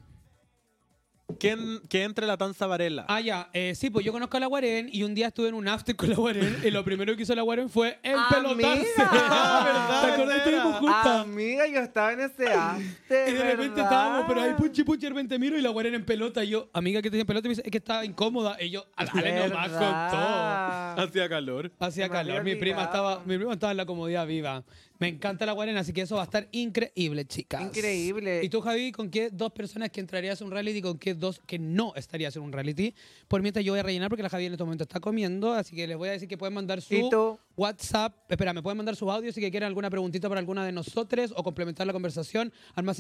que, en- que entre la tanza Varela.
Ah, ya, eh, sí, pues yo conozco a la Guaren y un día estuve en un after con la Guaren y lo primero que hizo la Guaren fue
Ah,
<laughs> empelotarse.
Amiga.
<laughs> ¿Te acordás?
Ah,
Estuvimos juntas.
Amiga, yo estaba en ese after,
Y de repente
¿verdad?
estábamos, pero ahí puchi puchi, de repente miro y la Guaren en pelota. Y yo, amiga, que te en pelota? Y me dice, es que estaba incómoda. Y yo, a la nomás con todo.
¿Verdad?
Hacía calor.
Hacía
Se me había
calor. Mi prima,
olvidado.
estaba, mi prima estaba en la comodidad viva. Me encanta la guarena, así que eso va a estar increíble, chicas.
Increíble.
¿Y tú, Javi, con qué dos personas que entrarías en un reality y con qué dos que no estarías en un reality? Por mientras yo voy a rellenar porque la Javi en este momento está comiendo, así que les voy a decir que pueden mandar
¿Y
su
tú?
WhatsApp. Espera, me pueden mandar su audio si que quieren alguna preguntita para alguna de nosotros o complementar la conversación al más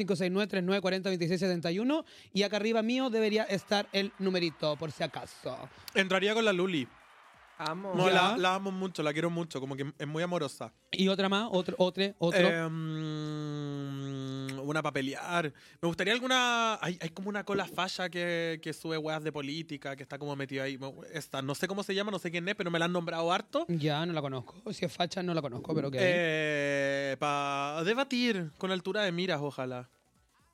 569-3940-2671. Y acá arriba mío debería estar el numerito, por si acaso.
Entraría con la Luli.
Amo.
No,
Oh. Ya.
la, la amo mucho, la quiero mucho, como que es muy amorosa.
Y otra más, otro, otro, otro.
Eh, mm, una papelear. Me gustaría alguna. Hay, hay como una cola falla que, que sube weas de política, que está como metida ahí. Me- Esta, no sé cómo se llama, no sé quién es, pero me la han nombrado harto.
Ya, no la conozco. Si es facha, no la conozco, pero ok.
Eh, para debatir con altura de miras, ojalá.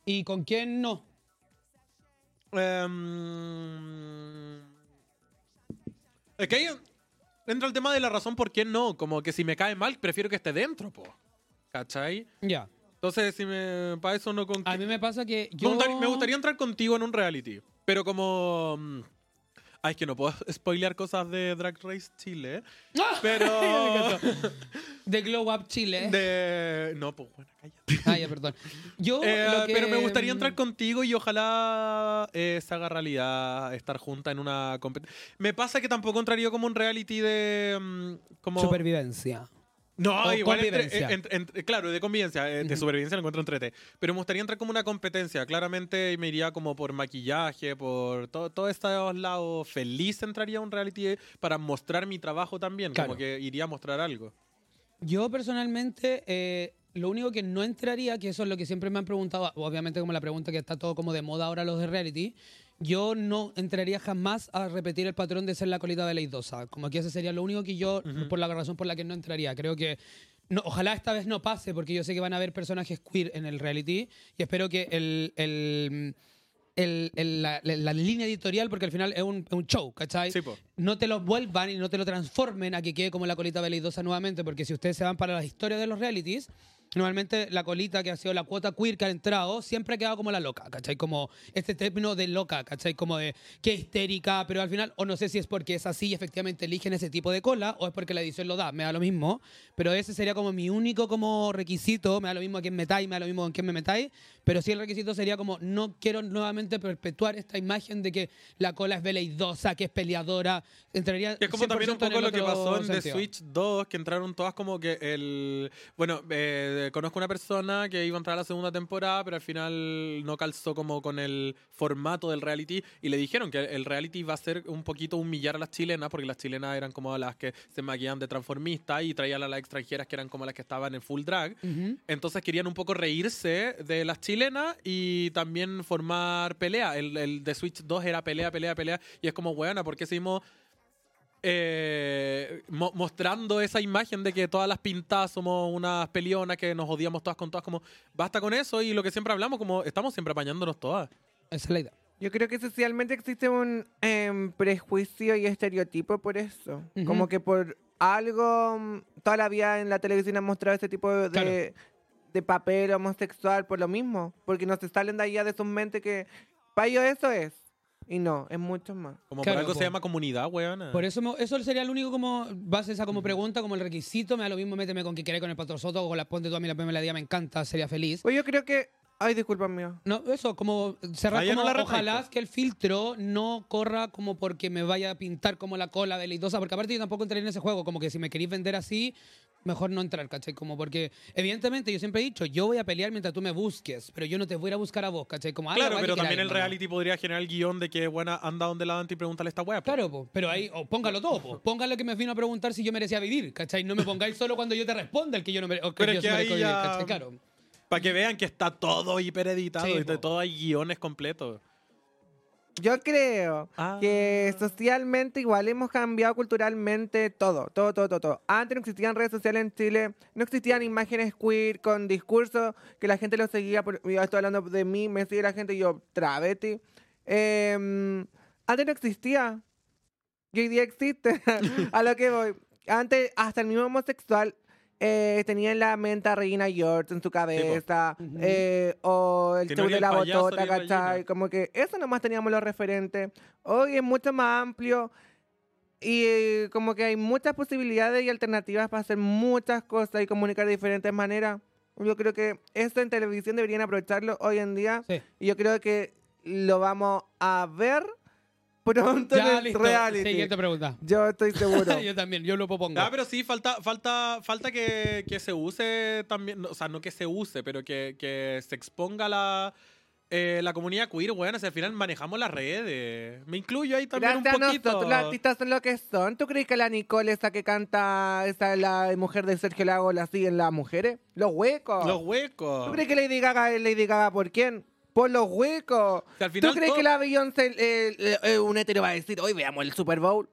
¿Y con quién no?
Eh, mm, Em, es que ahí entra el tema de la razón por qué no. Como que si me cae mal, prefiero que esté dentro, po. ¿Cachai?
Ya.
Entonces, si me. Para eso no con.
A mí me pasa que
Me
yo...
gustaría- Me gustaría entrar contigo en un reality, pero como... mm, Ay, es que no puedo <laughs> spoilear cosas de Drag Race Chile,
¡Ah!
pero...
De Glow Up Chile.
de... No, pues bueno, cállate.
<laughs> Ah, ya, perdón. Yo
Eh,
lo que- mm.
Pero me gustaría entrar contigo y ojalá eh, se haga realidad estar junta en una competencia. Me pasa que tampoco entraría como un reality de... mm, como...
Supervivencia.
No,
O
igual entre-
convivencia.
en- en- en- claro, de convivencia, eh, de
Ujú.
supervivencia lo encuentro entrete. Pero me gustaría entrar como una competencia, claramente y me iría como por maquillaje, por todo, todo estos lados. Feliz entraría a un reality eh, para mostrar mi trabajo también,
Claro.
como que iría a mostrar algo.
Yo personalmente, eh, lo único que no entraría, que eso es lo que siempre me han preguntado, obviamente como la pregunta que está todo como de moda ahora los de reality, yo no entraría jamás a repetir el patrón de ser la colita veleidosa. Como que ese sería lo único que yo,
Ujú.
por la razón por la que no entraría. Creo que. no- ojalá esta vez no pase, porque yo sé que van a haber personajes queer en el reality. Y espero que el. el- el- el- la, la- la línea editorial, porque al final es un, es un show, ¿cachai?
Sí, po.
no te lo vuelvan y no te lo transformen a que quede como la colita veleidosa nuevamente, porque si ustedes se van para las historias de los realities, normalmente la colita que ha sido la cuota queer que ha entrado siempre ha quedado como la loca, ¿cachai? Como este término de loca, ¿cachai? Como de que histérica, pero al final, o no sé si es porque es así y efectivamente eligen ese tipo de cola, o es porque la edición lo da, me da lo mismo, pero ese sería como mi único como requisito, me da lo mismo a quién metáis, me da lo mismo con quién me metáis, pero sí el requisito sería como no quiero nuevamente perpetuar esta imagen de que la cola es veleidosa, que es peleadora, entraría
Que Es como también un
100% en
poco
el
lo que
otro
pasó en The
sentido.
Switch 2, que entraron todas como que el... Bueno, eh, conozco una persona que iba a entrar a la segunda temporada, pero al final no calzó como con el formato del reality y le dijeron que el reality va a ser un poquito humillar a las chilenas, porque las chilenas eran como las que se maquillan de transformistas y traían a las extranjeras que eran como las que estaban en full drag.
Ujú.
Entonces querían un poco reírse de las chilenas y también formar pelea. El, el de Switch 2 era pelea, pelea, pelea. Y es como, weona, ¿por qué seguimos eh, mo- mostrando esa imagen de que todas las pintadas somos unas pelionas que nos odiamos todas con todas? Como, basta con eso y lo que siempre hablamos, como, estamos siempre apañándonos todas.
Esa es la idea.
Yo creo que socialmente existe un em, prejuicio y estereotipo por eso.
Ujú.
Como que por algo, mm, toda la vida en la televisión han mostrado este tipo de,
Claro.
de papel homosexual por lo mismo. Porque no se salen de allá de sus mentes que para ellos eso es. Y no, es mucho más.
Como
Claro,
por algo
po.
se llama comunidad, weona.
Por eso, me- eso sería el único como base esa
Mm.
como pregunta, como el requisito. Me da lo mismo, méteme con que queráis con el Pato Soto o con la Ponte tú a mí la Pamela Díaz, me encanta, sería feliz.
Pues yo creo que. Ay, disculpa mío.
No, eso, como cerrar
Ah, ya
como
no la retáis,
ojalá
pues.
que el filtro no corra como porque me vaya a pintar como la cola delidosa, porque aparte yo tampoco entré en ese juego, como que si me queréis vender así, mejor no entrar, ¿cachai? Como porque, evidentemente, yo siempre he dicho, yo voy a pelear mientras tú me busques, pero yo no te voy a ir a buscar a vos, ¿cachai? Como, ah, la
Claro,
guay que
pero
queráis,
también el
hermano.
reality podría generar el guión de que, buena, anda donde la dante y pregúntale a esta wea. po.
Claro, po, pero ahí, o póngalo todo, po. póngalo que me vino a preguntar si yo merecía vivir, ¿cachai? No me pongáis solo cuando yo te responda el que yo no mere- o que
Pero
yo
es que
sí merezco
ahí
vivir,
ya-
¿cachai? Claro.
Para que vean que está todo hipereditado
Sí,
y de
po.
todo hay guiones completos.
Yo creo
Ah.
que socialmente igual hemos cambiado culturalmente todo, todo, todo, todo, todo. Antes no existían redes sociales en Chile, no existían imágenes queer con discursos que la gente lo seguía. Por, yo estoy hablando de mí, me sigue la gente y yo, travesti. Em, antes no existía. Y hoy día existe. <laughs> a lo que voy. Antes, hasta el mismo homosexual eh, tenía en la mente a Regina George en su cabeza.
Ujú.
eh, o el
Que no
show de
era el
la
payaso ni
botota,
la gallina.
¿cachai? Como que eso nomás teníamos los referentes. Hoy es mucho más amplio. Y eh, como que hay muchas posibilidades y alternativas para hacer muchas cosas y comunicar de diferentes maneras. Yo creo que esto en televisión deberían aprovecharlo hoy en día.
Sí.
Y yo creo que lo vamos a ver <laughs> pronto en
Ya,
el
listo.
reality.
Siguiente pregunta.
Yo estoy
<laughs>
seguro.
<laughs> yo también, yo lo propongo.
Ah, pero sí, falta, falta, falta que, que se use también, no, o sea, no que se use, pero que, que se exponga la, eh, la comunidad queer, bueno, si al final manejamos las redes. Me incluyo ahí también
Gracias
un
a
poquito.
nosotros, los artistas son lo que son. ¿Tú crees que la Nicole, esa que canta, esa la mujer de Sergio Lago, la siguen las mujeres? Los huecos.
Los
¿Tú
huecos.
crees que Lady Gaga es Lady Gaga por quién? Por los huecos.
Si al final
¿Tú crees
todo-
que la Beyoncé, eh, eh, eh, un hetero va a decir, hoy veamos el Super Bowl?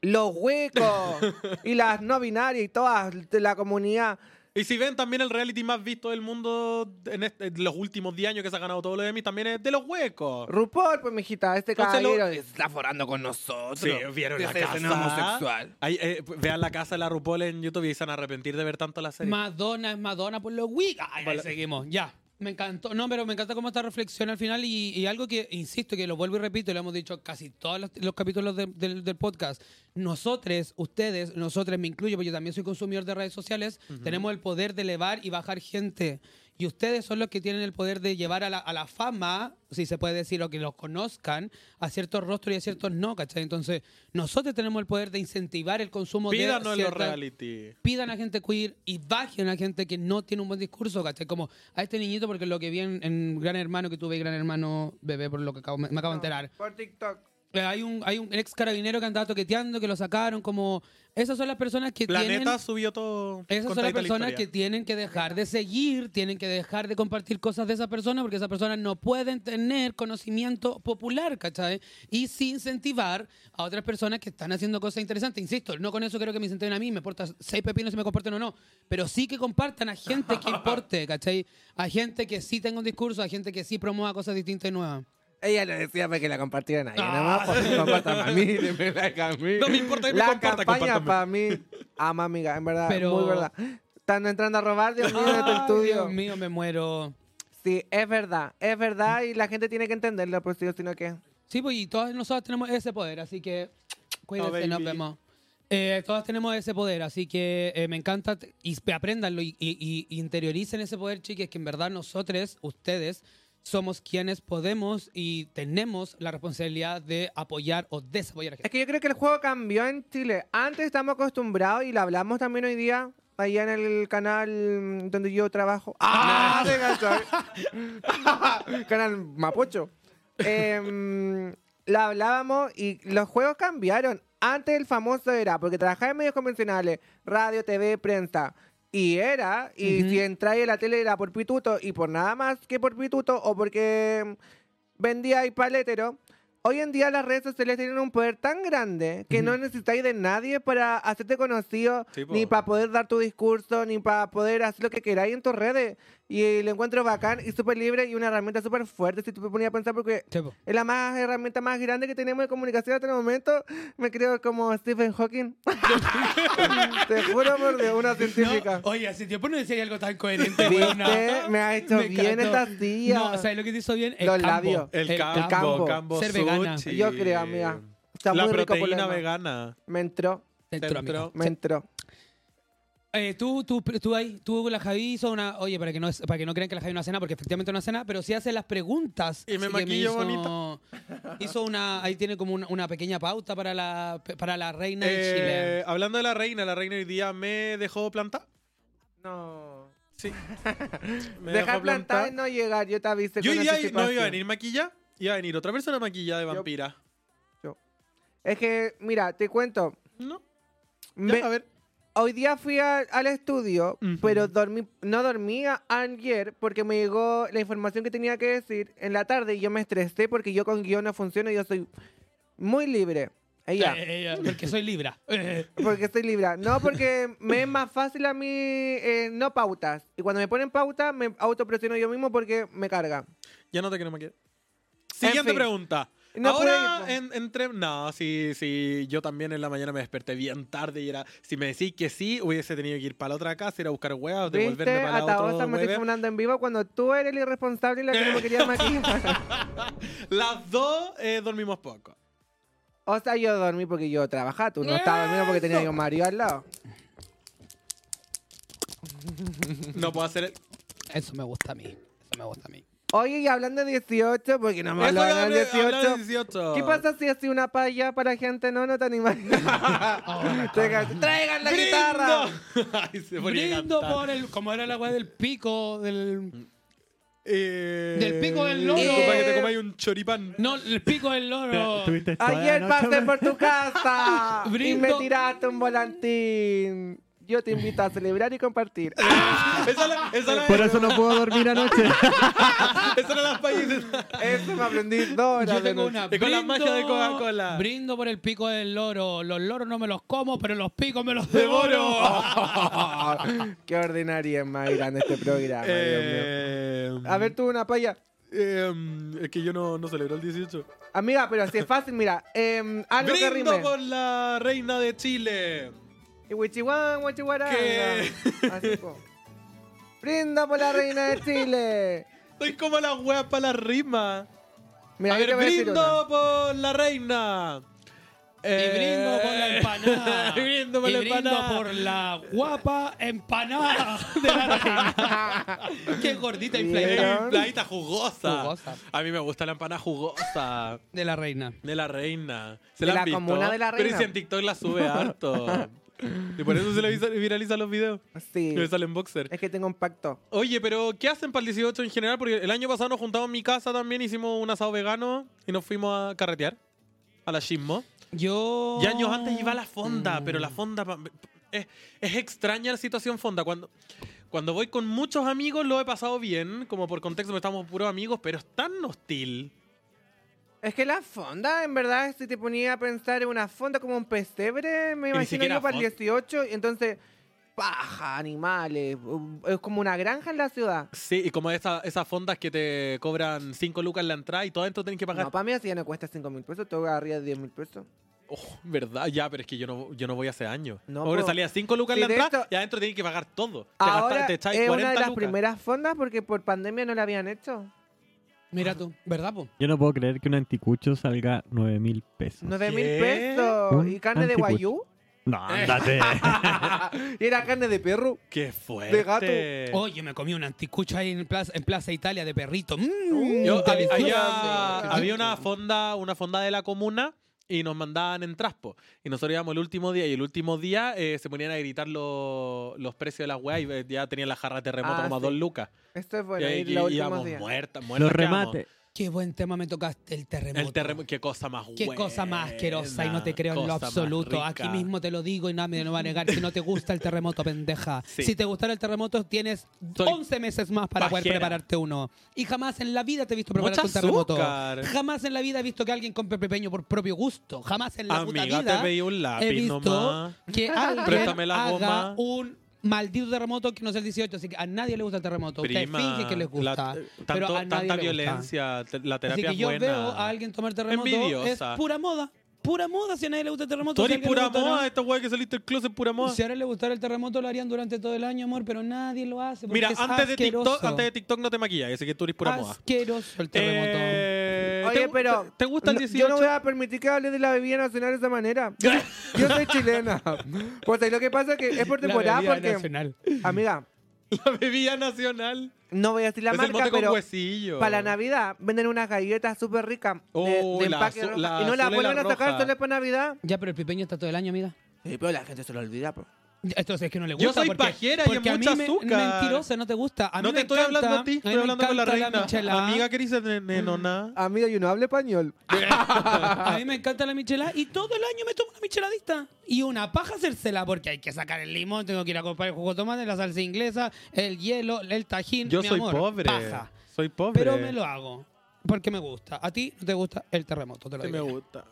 Los
<laughs>
huecos. y las no binarias y todas de la comunidad.
Y si ven también el reality más visto del mundo en, este- en los últimos 10 años que se ha ganado todos los Emmys, también es de los huecos.
RuPaul, pues, mijita, este
Entonces, lo-
caballero se está forando con nosotros.
Sí, vieron la
Ese es un
casa.
homosexual.
Ahí, eh, vean la casa de la RuPaul en YouTube y se van a arrepentir de ver tanto la serie.
Madonna es Madonna por los week. Ay,
Por
ay,
la-
seguimos, ya. Me encantó, no, pero me encanta cómo esta reflexión al final y, y algo que, insisto, que lo vuelvo y repito, y lo hemos dicho casi todos los, los capítulos de- del, del podcast. Nosotros, ustedes, nosotros, me incluyo, porque yo también soy consumidor de redes sociales, tenemos el poder de elevar y bajar gente. Y ustedes son los que tienen el poder de llevar a la, a la fama, si se puede decir, o que los conozcan, a ciertos rostros y a ciertos no, ¿cachai? Entonces, nosotros tenemos el poder de incentivar el consumo
Pídanos
de
en los
ciertas-
reality.
pidan a gente queer y bajen a gente que no tiene un buen discurso, ¿cachai? Como a este niñito, porque lo que vi en, en Gran Hermano, que tuve Gran Hermano bebé, por lo que acabo- me, me acabo de enterar.
Por TikTok.
Eh, Hay un, hay un ex carabinero que andaba toqueteando, que lo sacaron, como... Esas son las personas que
Planeta
tienen...
subió todo.
Esas son las
contadita la
personas que
historia.
tienen que dejar de seguir, tienen que dejar de compartir cosas de esa persona porque esas personas no pueden tener conocimiento popular, ¿cachai? Y sin incentivar a otras personas que están haciendo cosas interesantes. Insisto, no con eso creo que me incentiven a mí, me importa seis pepinos si me comparten o no, pero sí que compartan a gente <laughs> que importe, ¿cachai? A gente que sí tenga un discurso, a gente que sí promueva cosas distintas y nuevas.
Ella lo decía para que la compartieran ahí.
Ah.
Nada más porque
<laughs>
compartan a mí, dime la camisa.
No me importa que me
La
compartan,
campaña
compártanme.
para mí. Ama, amiga, en verdad,
Pero-
muy verdad. Están entrando a robar, Dios mío, de tu
Ay,
estudio.
Dios mío, me muero.
Sí, es verdad, es verdad y la gente tiene que entenderlo, pues yo sino que...
Sí, pues y todas nosotros tenemos ese poder, así que cuídense,
Oh,
baby.
nos vemos. Eh, todas tenemos ese poder, así que eh, me encanta t- y s- apréndanlo y, y- y interioricen ese poder, chiques, que en verdad nosotros, ustedes, somos quienes podemos y tenemos la responsabilidad de apoyar o desapoyar a
Es
gente.
que yo creo que el juego cambió en Chile. Antes estamos acostumbrados y lo hablamos también hoy día allá en el canal mm, donde yo trabajo. ¡Ah! Te cachai. <laughs> canal Mapocho. Em, lo hablábamos y los juegos cambiaron. Antes el famoso era, porque trabajaba en medios convencionales, radio, TV, prensa. Y era, y
Ujú.
si entráis a la tele era por pituto, y por nada más que por pituto, o porque mm, vendía y paletero. Hoy en día las redes sociales tienen un poder tan grande que no necesitáis de nadie para hacerte conocido,
Sí, po.
ni para poder dar tu discurso, ni para poder hacer lo que queráis en tus redes. Y lo encuentro bacán y súper libre y una herramienta súper fuerte, si tú te ponías a pensar, porque
Sí, po.
es la más herramienta más grande que tenemos de comunicación hasta el momento. Me creo como Stephen Hawking. te juro por Dios, una científica.
No, oh, oye, hace tiempo no decía algo tan coherente,
¿Viste?
weona.
Me ha hecho bien
encantó.
esta tía.
No, ¿sabes lo que te hizo bien? El
Los
cambo.
labios.
El,
cambo,
campo,
campo.
campo,
Ser vegana.
sushi.
Yo creo, amiga. Está
la
muy rico por
proteína vegana.
Me entró,
Dentro, amigo.
Dentro.
me entró.
Eh, tú, tú, tú ahí, tú la Javi hizo una. Oye, para que no, para que no crean que la Javi no hace nada, porque efectivamente no hace nada, pero sí hace las preguntas.
Y
Así
me
que
maquillo
hizo, Hizo una. Ahí tiene como una, una pequeña pauta para la, para la reina de
Eh,
Chile.
hablando de la reina, la reina hoy día me dejó plantar.
No. <laughs>
Sí. Me
Dejar
dejó
plantar y no llegar, yo te avisé
Yo hoy
con
día no
anticipación.
iba a venir maquilla, iba a venir otra persona maquillada de
Yo-
vampira.
Es que, mira, te cuento.
No, ya,
me-
a ver.
hoy día fui a- al estudio,
Ujú.
pero dormí, no dormía ayer porque me llegó la información que tenía que decir en la tarde y yo me estresé porque yo con guión no funciono, yo soy muy libre. Ella.
Eh, eh, eh, porque soy Libra. Eh,
Porque estoy libra.
<laughs>
No, porque me es más fácil a mí eh, no pautas. Y cuando me ponen pautas, me autopresiono yo mismo porque me carga.
Ya no te quiero maquillar. Siguiente
fin.
pregunta.
No
Ahora
pude ir,
en- entré. No, sí, sí. Yo también en la mañana me desperté bien tarde y era. Si me decís que sí, hubiese tenido que ir para la otra casa, ir a buscar huevas, devolverme
¿Viste?
para la
Hasta vos
otra.
me estoy fumando en vivo cuando tú eres el irresponsable y la que no me quería maquillar.
Las dos eh, dormimos poco.
O sea, yo dormí porque yo trabajaba, tú no estabas dormido porque tenía yo Mario al lado.
No puedo
<laughs>
hacer el.
eso me gusta a mí. Eso me gusta a mí.
Oye, y hablando de 18, porque no me
Eso
hablaron del
hablé- hablé
18.
del 18.
¿Qué pasa si así una paya para gente no, no te animas? ¡Traigan la guitarra!
¡Brindo! <laughs> Ay, se ponía a
Brindo
cantar.
por el. Como era la weá del pico, del.
Eh,
Del pico del loro.
como Para que te comáis un choripán.
No, el pico del loro.
Tuviste toda la
Ayer
noche,
pasé
güey.
por tu casa y me
Brindo.
tiraste un volantín. Yo te invito a celebrar y compartir.
<laughs> Esa la, esa la,
Por eso no puedo dormir anoche.
<laughs> esa era la país. <laughs>
Eso me aprendí dos horas.
Yo tengo
de
una.
Y con la magia de Coca-Cola.
Brindo por el pico del loro. Los loros no me los como, pero los picos me los
<laughs>
devoro.
noche. <laughs> Qué ordinaria es Mayra en este programa,
Eh,
Dios mío. A ver tú una paya.
es que yo no, no celebro el 18.
Amiga, pero así es fácil, mira. em, algo que rime.
Brindo por la reina de Chile.
Y Wichiwan, Wichiwaranga.
¿Qué?
Así po. Brindo por la reina de Chile.
Estoy como la wea para la rima.
Mira,
a
yo te
ver,
voy a decir
brindo por la reina. Eh,
Y brindo por la empanada.
<laughs> y brindo por
Y
la
brindo
empanada.
por la guapa empanada de la
<laughs>
reina. Qué gordita y flaquita
Mira.
Eh, Planita jugosa.
Jugosa.
A mí me gusta la empanada jugosa.
de la reina.
De la reina.
De
¿Se la, han
la
visto?
comuna de la
Pero
reina.
si en TikTok la sube harto.
<laughs>
y por eso se le visa- viralizan los videos.
una. Sí.
Y le salen boxer.
Es que tengo un pacto.
Oye, pero ¿qué hacen para el 18 en general? Porque el año pasado nos juntamos en mi casa también, hicimos un asado vegano y nos fuimos a carretear. a la Shismo.
Yo.
Y años antes iba a la fonda, pero la fonda pa- es, es extraña la situación fonda. Cuando, cuando voy con muchos amigos lo he pasado bien, como por contexto, porque estamos puros amigos, pero es tan hostil.
Es que la fonda, en verdad, si te ponía a pensar en una fonda como un pesebre, me
ni
imagino
siquiera
yo para el
fon-
18, y entonces, paja, animales, um, es como una granja en la ciudad.
Sí, y como esa- esas fondas que te cobran 5 lucas en la entrada y todo adentro tenés que pagar.
No, para mí así ya no cuesta 5 mil pesos, todo arriba de 10 mil pesos.
Oh, verdad, ya, pero es que yo no, yo no voy hace años.
No,
Ahora
po.
salía 5 lucas
Sí,
en la
de
entrada
esto-
y adentro tenés que pagar todo. Te gastas-
Ahora
te echáis
es
40
una de las
lucas.
primeras fondas porque por pandemia no la habían hecho.
Mira tú, ¿verdad, po?
Yo no puedo creer que un anticucho salga 9 mil pesos.
9 mil
¿Qué?
pesos.
Un
¿Y carne de
anticucho.
guayú? <laughs>
No,
Eh.
andate.
y era carne de perro.
Qué fuerte. Eh.
Oye, me comí un anticucho ahí en Plaza, en plaza Italia de perrito. Mm,
Uh,
Yo- hab-
delicioso.
había,
Qué
había
rico.
una fonda, una fonda de la comuna y nos mandaban en traspo. Y nosotros íbamos el último día y el último día eh, se ponían a gritar lo- los precios de las weas y eh, ya tenían la jarra de terremoto
Ah,
como a
sí.
dos lucas.
Esto es bueno.
y ahí
Y, los
y-
últimos
íbamos
días.
muertas, muertas.
Los
quedamos.
remates.
Qué buen tema me tocaste, el terremoto.
El terremoto, qué cosa más
Qué cosa más asquerosa y no te creo en lo absoluto. Aquí mismo te lo digo y nadie me va a negar si no te gusta el terremoto, pendeja.
Sí.
Si te gustara el terremoto, tienes
Soy
11 meses más para poder
pajera.
prepararte uno. Y jamás en la vida te he visto prepararte
Mucha
un terremoto.
azúcar.
Jamás en la vida he visto que alguien compre pepeño por propio gusto. Jamás en la puta
Amiga, te
vida
pedí un
he
lápiz
visto
nomás.
que alguien
Préstame la
haga
goma.
un maldito terremoto que no sea el 18. Así que a nadie le gusta el terremoto. Ustedes
Prima,
fingen que les
la- eh,
gusta.
tanto-
pero a nadie
tanta
le gusta.
violencia, te- la
Así
terapia
que
es
yo
buena.
veo a alguien tomar terremoto.
Envidiosa.
Es pura moda. Pura moda. Si a nadie le gusta el terremoto.
Tú
si a
eres
alguien le
pura
gustara-
moda, esta wea que saliste del closet pura moda.
Si a alguien le gustara el terremoto, lo harían durante todo el año, amor. Pero nadie lo hace. porque
Mira,
es
antes de, TikTok,
asqueroso. Ah,
antes de TikTok no te maquillas, así que tú eres pura moda.
Asqueroso el terremoto.
Eh, ¿te
Oye,
gu-
pero.
¿Te, te gusta el
no-
18?
Yo no voy a permitir que hable de la bebida nacional de esa manera. Yo soy chilena. Pues ahí lo que pasa es que es por
La
temporada
bebida
porque.
nacional.
Amiga,
<laughs> La bebida nacional.
no voy a decir la
es el
marca,
mote con
pero.
huesillo.
Para la Navidad venden unas galletas súper ricas de- de,
Oh, la
empaque
azu-
rojo,
la
y no las
azul y la
vuelven a sacar
roja.
solo es para Navidad.
Ya, pero el pipeño está todo el año, amiga.
Sí, pero la gente se lo olvida. po.
Entonces es que no le
Yo
gusta.
soy
porque,
pajera y hay
porque a mí
mucho
me-
azúcar.
Mentirosa, no te gusta. A mí
no
me
te estoy
encanta-
hablando a ti,
mí
estoy
me
hablando con la
encanta
reina.
michelada.
Amiga, ¿qué dices, ne- nenona?
Amiga, yo no hablo español.
A
Ah.
mí me encanta la michelada y todo el año me tomo una micheladista. Y una paja hacérsela porque hay que sacar el limón, tengo que ir a comprar el jugo de tomate, la salsa inglesa, el hielo, el tajín.
Yo
mi
soy
amor,
pobre.
paja.
Soy pobre.
Pero me lo hago porque me gusta. A ti no te gusta el terremoto, te lo
Sí me
digo. ya.
gusta.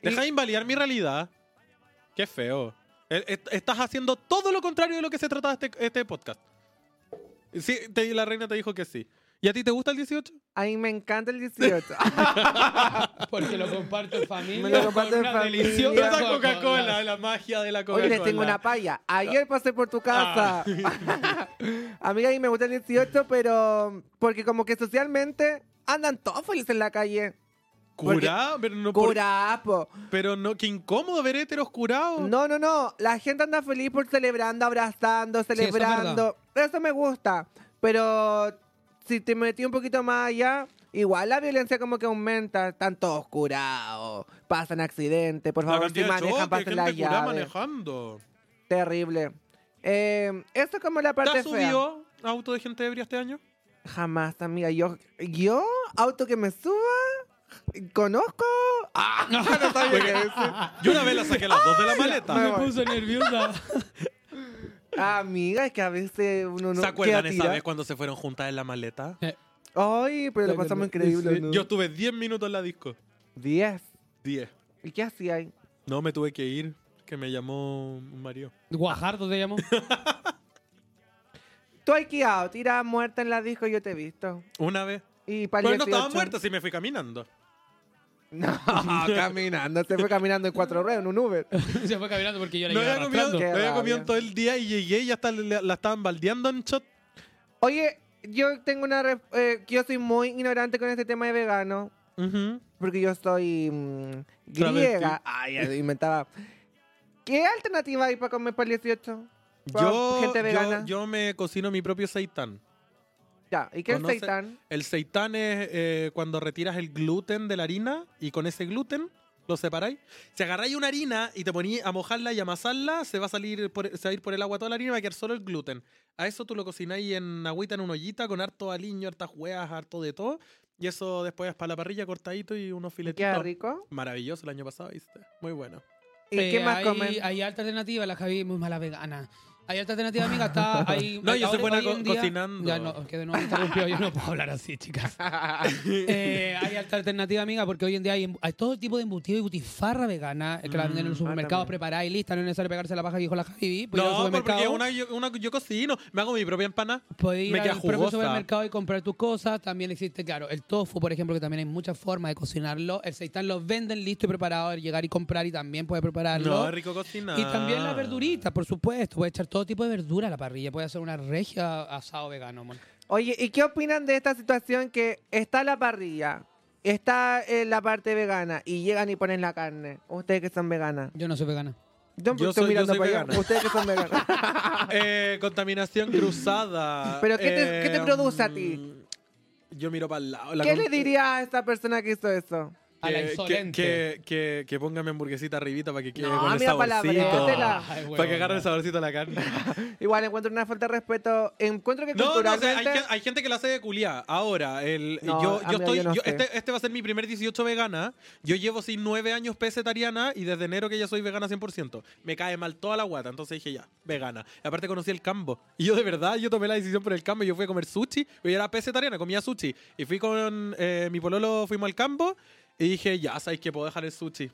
Deja de invalidar mi realidad. Qué feo. E- est- Estás haciendo todo lo contrario de lo que se trataba este, este podcast. Sí, te- la reina te dijo que sí. ¿Y a ti te gusta el 18?
A mí me encanta el <laughs> 18.
<laughs> Porque lo comparto
<laughs>
en familia.
Me lo comparto
con
en
una
familia.
deliciosa
Pero esa
Esa Coca-Cola, la magia de la
Hoy <laughs>
Coca-Cola.
les tengo una palla. Ayer pasé por tu casa.
Ah.
<laughs> Amiga, a mí me gusta el 18, pero porque como que socialmente andan todos felices en la calle.
¿Curá? Pero no, por-
Curapo.
pero no, qué incómodo ver héteros curados.
No, no, no. La gente anda feliz por celebrando, abrazando,
eso es
celebrando. eso, me gusta. Pero si te metí un poquito más allá, igual la violencia como que aumenta. Están todos curados. Pasan accidentes. Por
La
favor, si
cantidad de
manejan,
choques,
pasen la
gente curá
llave.
manejando.
Terrible. Eh, eso es como la
¿Te
parte
has
fea.
subido a auto de gente ebria este año?
Jamás, amiga. Yo, yo, auto que me suba, conozco. Ah, <laughs> no sabía qué decir.
<laughs> Yo una vez la saqué a las dos de la
Me
maleta.
voy.
puso nerviosa.
Amiga, es que a veces uno no
¿Se acuerdan
queda
esa
tira.
vez cuando se fueron juntas en la maleta?
Ay, pero lo pasamos increíble. ¿no?
Yo estuve 10 minutos en la disco.
Diez.
10.
¿Y qué hacía ahí?
No, me tuve que ir, que me llamó un marido.
Guajardo te llamó. <laughs>
Tú aikiao, tira muerta en la disco, yo te he visto.
Una vez.
Y para
Pero
el
no
18.
estaba muerta, si me fui caminando.
<laughs> No, caminando. Se fue caminando en cuatro ruedas, en un Uber.
Se fue caminando porque yo la
No
iba
había, comido,
arrastrando.
Qué
no había
rabia.
comido en todo el día y llegué y hasta le- la estaban baldeando en shot.
Oye, yo tengo una. re- eh, yo soy muy ignorante con este tema de vegano.
Ujú.
Porque yo soy mm,
Travesti.
griega. Ay, ya inventaba. ¿Qué alternativa hay para comer para el 18? Pa-
Yo,
gente
yo-
vegana.
yo me cocino mi propio seitán.
Ya, ¿y qué es
Conoce-
seitán?
El seitán es eh, cuando retiras el gluten de la harina y con ese gluten lo separáis. Si agarráis una harina y te ponís a mojarla y amasarla, se va a salir por, se va a ir por el agua toda la harina y va a quedar solo el gluten. A eso tú lo cocináis en agüita, en una ollita, con harto aliño, hartas hueas, harto de todo. Y eso después para la parrilla cortadito y unos
Queda
filetitos.
rico.
Maravilloso el año pasado, ¿viste? Muy bueno.
¿Y
Eh,
qué más
hay,
comen?
Hay alta alternativa, la Javi es muy mala vegana. Hay alta alternativa, amiga, está
<laughs>
ahí.
No, yo
ahora-
soy buena
hoy en
co- cocinando.
Ya, no, que de nuevo me interrumpió, yo no puedo hablar así,
<laughs>
chicas. Eh, hay alta alternativa, amiga, porque hoy en día hay, em- hay todo tipo de embutido y butifarra vegana eh, que la venden en
Mm, ah,
los supermercados
también.
preparada y lista, no es necesario pegarse la paja que dijo la Javi. Pues ir al
no, porque
supermercado,
una yo, una yo cocino, me hago mi propia empana.
Puedes ir
me queda
al propio
jugosa.
supermercado y comprar tus cosas. También existe, claro, el tofu, por ejemplo, que también hay muchas formas de cocinarlo. El seitán lo venden listo y preparado, de llegar y comprar y también puedes prepararlo.
No, es rico cocinar.
¿Ah, Y también la verdurita, por supuesto. Puede echar todo tipo de verdura a la parrilla. Puede hacer una regia asado vegano. amor.
Oye, ¿y qué opinan de esta situación que está la parrilla, está eh, la parte vegana y llegan y ponen la carne? Ustedes que son veganas.
Yo no soy vegana.
Yo,
Yo
estoy
soy- yo
mirando
soy
para allá.
vegana.
Ustedes que
<laughs>
son veganas.
Eh, contaminación cruzada. Eh,
Pero ¿qué te- qué te produce a ti?
mm, Yo miro para el lado. la
¿Qué
con-
le diría a esta persona que hizo eso?
A la
que- que-
insolente.
Que, que, que ponga mi hamburguesita arribita para que quede
No,
con el
mira,
saborcito.
palabréatela.
Ay,
para que
huevona.
agarre el saborcito a la carne.
Igual encuentro una falta de respeto. Encuentro que
No, no, o sea,
culturalmente...
hay, gen- hay gente que la hace de culiá. Ahora, el,
No,
yo, yo
amiga,
estoy.
yo no
yo-
sé.
este, este va a ser mi primer 18 vegana. Yo llevo sin nueve años pescetariana y desde enero que ya soy vegana 100%. Me cae mal toda la guata, entonces dije ya, vegana. Y aparte conocí el cambo. Y yo de verdad, yo tomé la decisión por el cambo. Yo fui a comer sushi, yo era pescetariana, comía sushi. Y fui con eh, mi pololo, fuimos al cambo y dije ya, sabéis que puedo dejar el sushi.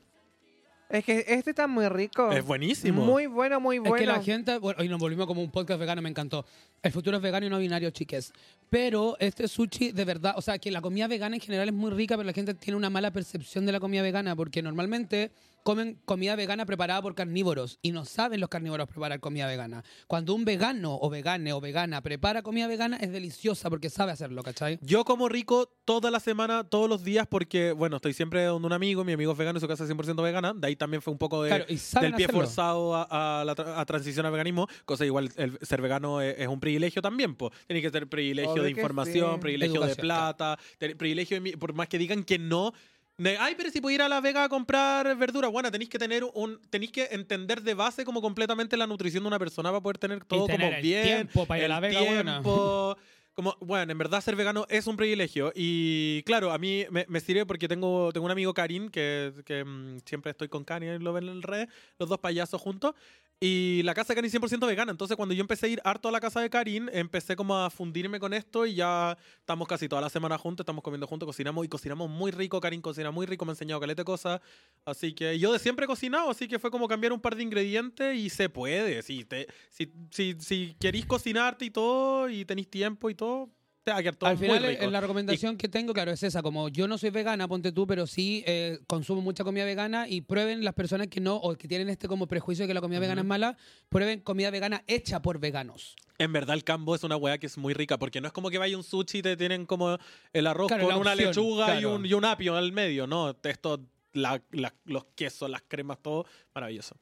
Es que este está muy rico.
Es buenísimo.
Muy bueno, muy bueno.
Es que la gente, bueno, hoy nos volvimos como un podcast vegano, me encantó. El futuro es vegano y no binario, chiques. Pero este sushi, de verdad, o sea, que la comida vegana en general es muy rica, pero la gente tiene una mala percepción de la comida vegana, porque normalmente comen comida vegana preparada por carnívoros y no saben los carnívoros preparar comida vegana. Cuando un vegano o vegane o vegana prepara comida vegana, es deliciosa porque sabe hacerlo, ¿cachai?
Yo como rico toda la semana, todos los días, porque, bueno, estoy siempre donde un amigo, mi amigo es vegano y su casa es 100% vegana. De ahí también fue un poco de,
Claro, y saben
del pie
hacerlo.
forzado a, a la tra- a transición al veganismo, cosa igual el ser vegano e, es, es un privilegio también, pues. Tiene que ser privilegio
Obvio
de
que
información,
sí.
privilegio de
Educación,
plata, te- privilegio de mi- por más que digan que no. ne- Ay, pero si puedo ir a la vega a comprar verdura. Bueno, tenéis que tener un, tenéis que entender de base como completamente la nutrición de una persona para poder tener todo
tener
como
el
bien.
tiempo para ir a
el
la vega, buena.
tiempo, como, bueno, en verdad ser vegano es un privilegio. Y claro, a mí me, me sirve porque tengo, tengo un amigo Karim, que, que, mm, siempre estoy con Karim, ahí lo ven en el red, los dos payasos juntos. Y la casa de Karin 100% vegana. Entonces, cuando yo empecé a ir harto a la casa de Karin, empecé como a fundirme con esto y ya estamos casi toda la semana juntos, estamos comiendo juntos, cocinamos y cocinamos muy rico. Karin cocina muy rico, me ha enseñado caleta de cosas. Así que yo de siempre he cocinado, así que fue como cambiar un par de ingredientes y se puede. Si, te, si, si, si querís cocinarte y todo y tenéis tiempo y todo, te va a quedar todo
Al final,
muy
eh,
rico.
la recomendación que tengo, claro, es esa. Como yo no soy vegana, ponte tú, pero sí eh, consumo mucha comida vegana y prueben las personas que no, o que tienen este como prejuicio de que la comida vegana es mala, prueben comida vegana hecha por veganos.
En verdad, el cambo es una weá que es muy rica, porque no es como que vaya un sushi y te tienen como el arroz
Claro,
con
la
una
opción,
lechuga y,
claro.
un, y un apio al medio, ¿no? Esto, la- la- los quesos, las cremas, todo maravilloso.